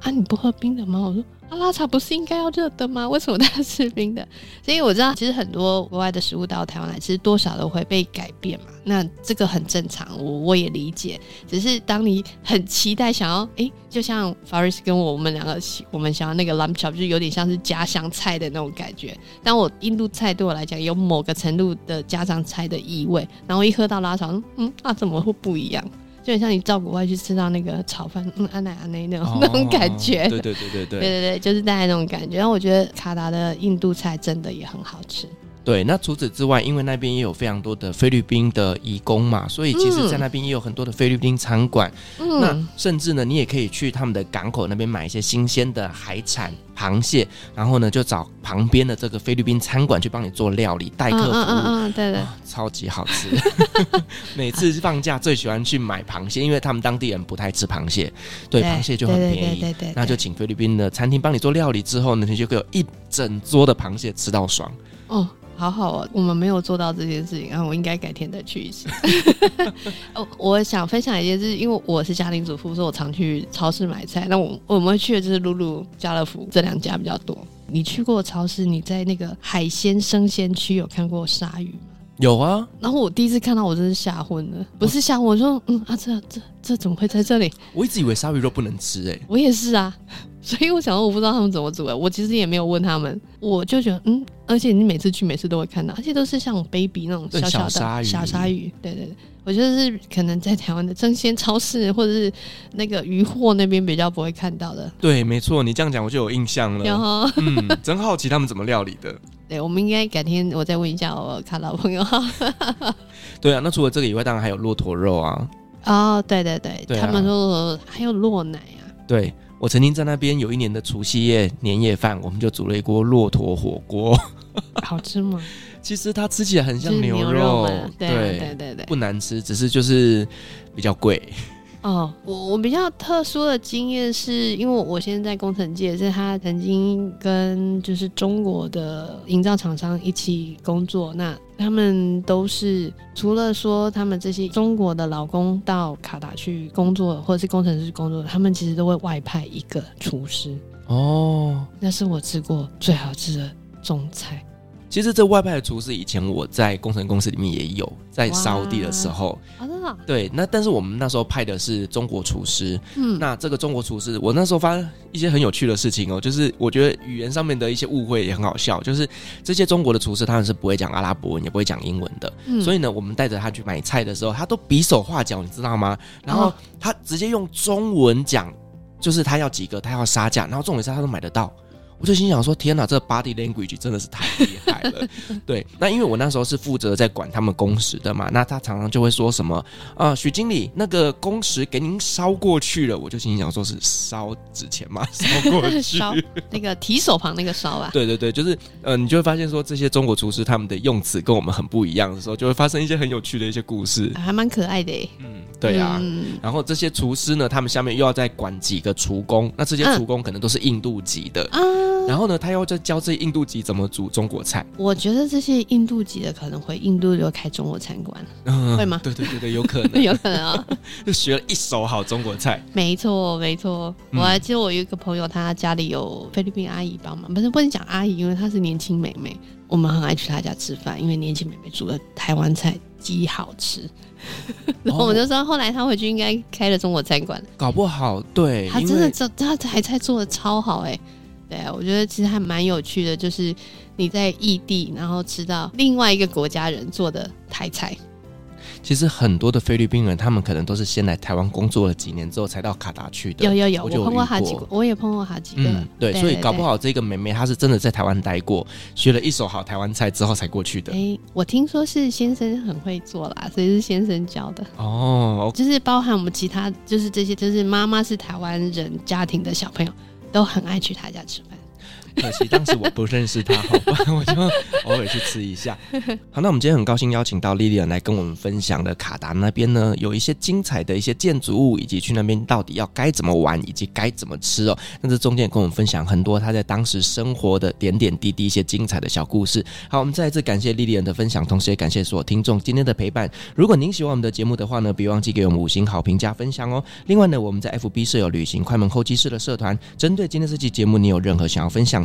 [SPEAKER 3] 啊，你不喝冰的吗？我说啊，拉茶不是应该要热的吗？为什么它是冰的？所以我知道，其实很多国外的食物到台湾来，其实多少都会被改变嘛。那这个很正常，我我也理解。只是当你很期待想要，诶，就像 Faris 跟我我们两个喜，我们想要那个 lamb chop，就是有点像是家乡菜的那种感觉。但我印度菜对我来讲有某个程度的家乡菜的意味，然后一喝到拉茶，嗯，那、怎么会不一样？就很像你到国外去吃到那个炒饭，嗯，安奶安奶那种、 那种感觉。
[SPEAKER 1] 哦对对对对对
[SPEAKER 3] 对对对，就是大概那种感觉。然后我觉得卡达的印度菜真的也很好吃。
[SPEAKER 1] 对，那除此之外，因为那边也有非常多的菲律宾的移工嘛，所以其实，
[SPEAKER 3] 嗯
[SPEAKER 1] 在那边也有很多的菲律宾餐馆。那
[SPEAKER 3] 嗯，
[SPEAKER 1] 甚至呢，你也可以去他们的港口那边买一些新鲜的海产、螃蟹，然后呢，就找旁边的这个菲律宾餐馆去帮你做料理、代
[SPEAKER 3] 嗯
[SPEAKER 1] 客服务。
[SPEAKER 3] 嗯嗯嗯，对对
[SPEAKER 1] 啊超级好吃！ 每次放假最喜欢去买螃蟹，因为他们当地人不太吃螃蟹，对螃蟹就很
[SPEAKER 3] 对
[SPEAKER 1] 便
[SPEAKER 3] 对
[SPEAKER 1] 宜。
[SPEAKER 3] 对对对，
[SPEAKER 1] 那就请菲律宾的餐厅帮你做料理之后呢，你就可以有一整桌的螃蟹吃到爽。
[SPEAKER 3] 哦，好好哦，我们没有做到这件事情，啊，我应该改天再去 一次。哦，我想分享一件事，因为我是家庭主妇，所以我常去超市买菜。那我我们会去的就是露露、家乐福这两家比较多。你去过超市？你在那个海鲜生鲜区有看过鲨鱼吗？
[SPEAKER 1] 有啊，
[SPEAKER 3] 然后我第一次看到，我真是吓昏了，不是吓昏，我说嗯啊，这这这怎么会在这里？
[SPEAKER 1] 我一直以为鲨鱼肉不能吃诶、欸
[SPEAKER 3] 我也是啊， 所以我想说我不知道他们怎么煮的，啊我其实也没有问他们，我就觉得嗯，而且你每次去每次都会看到，而且都是像 baby 那种
[SPEAKER 1] 对
[SPEAKER 3] 小小的
[SPEAKER 1] 小鲨鱼
[SPEAKER 3] 小鲨鱼，对对对，我就是可能在台湾的生鲜超市或者是那个渔货那边比较不会看到的。
[SPEAKER 1] 对，没错，你这样讲我就有印象
[SPEAKER 3] 然
[SPEAKER 1] 了。
[SPEAKER 3] 后，
[SPEAKER 1] 嗯，真好奇他们怎么料理的。
[SPEAKER 3] 对，我们应该改天我再问一下我卡老朋友。
[SPEAKER 1] 对啊，那除了这个以外，当然还有骆驼肉啊。
[SPEAKER 3] 哦，对对对，
[SPEAKER 1] 对啊
[SPEAKER 3] 他们说还有落奶啊，
[SPEAKER 1] 对我曾经在那边有一年的除夕夜年夜饭，我们就煮了一锅骆驼火锅。
[SPEAKER 3] 好吃吗？
[SPEAKER 1] 其实它吃起来很
[SPEAKER 3] 就
[SPEAKER 1] 像
[SPEAKER 3] 是
[SPEAKER 1] 牛
[SPEAKER 3] 牛
[SPEAKER 1] 肉，
[SPEAKER 3] 嘛，对啊对对对。
[SPEAKER 1] 不难吃，只是就是比较贵。
[SPEAKER 3] 哦，我我比较特殊的经验是因为我现在在工程界，是他曾经跟就是中国的营造厂商一起工作，那他们都是除了说他们这些中国的劳工到卡达去工作，或者是工程师工作，他们其实都会外派一个厨师，
[SPEAKER 1] 哦，
[SPEAKER 3] 那是我吃过最好吃的中菜。
[SPEAKER 1] 其实这外派的厨师以前我在工程公司里面也有，在
[SPEAKER 3] 哇
[SPEAKER 1] 沙地的时候，
[SPEAKER 3] 啊，真的啊、
[SPEAKER 1] 对，那但是我们那时候派的是中国厨师，
[SPEAKER 3] 嗯，
[SPEAKER 1] 那这个中国厨师，我那时候发生一些很有趣的事情哦，就是我觉得语言上面的一些误会也很好笑，就是这些中国的厨师他们是不会讲阿拉伯文，也不会讲英文的，
[SPEAKER 3] 嗯
[SPEAKER 1] 所以呢，我们带着他去买菜的时候，他都比手画脚，你知道吗？然后
[SPEAKER 3] 哦
[SPEAKER 1] 他直接用中文讲，就是他要几个，他要杀价，然后重点是他都买得到。我就心想说：天哪，这 body language 真的是太厉害 了。对，那因为我那时候是负责在管他们工时的嘛，那他常常就会说什么啊、许经理，那个工时给您烧过去了。我就心想说是烧纸钱 吗？烧过去。
[SPEAKER 3] 烧那个提手旁那个烧 吧，
[SPEAKER 1] 对对对，就是呃，你就会发现说这些中国厨师他们的用词跟我们很不一样的时候，就会发生一些很有趣的一些故事。
[SPEAKER 3] 还蛮可爱的耶。
[SPEAKER 1] 嗯，对啊。
[SPEAKER 3] 嗯
[SPEAKER 1] 然后这些厨师呢，他们下面又要再管几个厨工，那这些
[SPEAKER 3] 嗯
[SPEAKER 1] 厨工可能都是印度籍的。
[SPEAKER 3] 啊，
[SPEAKER 1] 然后呢，他又在教这些印度籍怎么煮中国菜，
[SPEAKER 3] 我觉得这些印度籍的可能回印度就开中国餐馆，
[SPEAKER 1] 嗯
[SPEAKER 3] 会 吗
[SPEAKER 1] 对对对对，有可能，
[SPEAKER 3] 有可 能啊、
[SPEAKER 1] 就学了一手好中国菜。
[SPEAKER 3] 没错，没错。
[SPEAKER 1] 嗯
[SPEAKER 3] 我还记得我有一个朋友，他家里有菲律宾阿姨帮忙，不是不能讲阿姨，因为她是年轻妹妹。我们很爱去她家吃饭，因为年轻妹妹煮的台湾菜极好 吃。然
[SPEAKER 1] 哦
[SPEAKER 3] 后我就说，后来她回去应该开了中国餐馆，
[SPEAKER 1] 搞不好对，
[SPEAKER 3] 她
[SPEAKER 1] 哦因
[SPEAKER 3] 真的
[SPEAKER 1] 为
[SPEAKER 3] 做，她台菜做的超好哎、对啊，我觉得其实还蛮有趣的，就是你在异地，然后吃到另外一个国家人做的台菜。
[SPEAKER 1] 其实很多的菲律宾人，他们可能都是先来台湾工作了几年之后，才到卡达去的。
[SPEAKER 3] 有有有，
[SPEAKER 1] 我
[SPEAKER 3] 我
[SPEAKER 1] 就有
[SPEAKER 3] 碰过
[SPEAKER 1] 遇
[SPEAKER 3] 好几
[SPEAKER 1] 过
[SPEAKER 3] 个，我也碰过好几个。
[SPEAKER 1] 嗯，对，所以搞不
[SPEAKER 3] 好。
[SPEAKER 1] 好这个妹妹她是真的在台湾待过，学了一手好台湾菜之后才过去的
[SPEAKER 3] 哎、。我听说是先生很会做啦，所以是先生教的。
[SPEAKER 1] 哦，
[SPEAKER 3] 就是包含我们其他，就是这些，就是妈妈是台湾人家庭的小朋友，都很爱去他家吃饭。
[SPEAKER 1] 可惜当时我不认识他，好吧，我就偶尔去吃一下。好，那我们今天很高兴邀请到莉莉安来跟我们分享的卡达那边呢，有一些精彩的一些建筑物，以及去那边到底要该怎么玩，以及该怎么吃哦。那这中间也跟我们分享很多她在当时生活的点点滴滴一些精彩的小故事。好，我们再一次感谢莉莉安的分享，同时也感谢所有听众今天的陪伴。如果您喜欢我们的节目的话呢，别忘记给我们五星好评加分享哦。另外呢，我们在 FB 设有旅行快门候机室的社团，针对今天这期节目，你有任何想要分享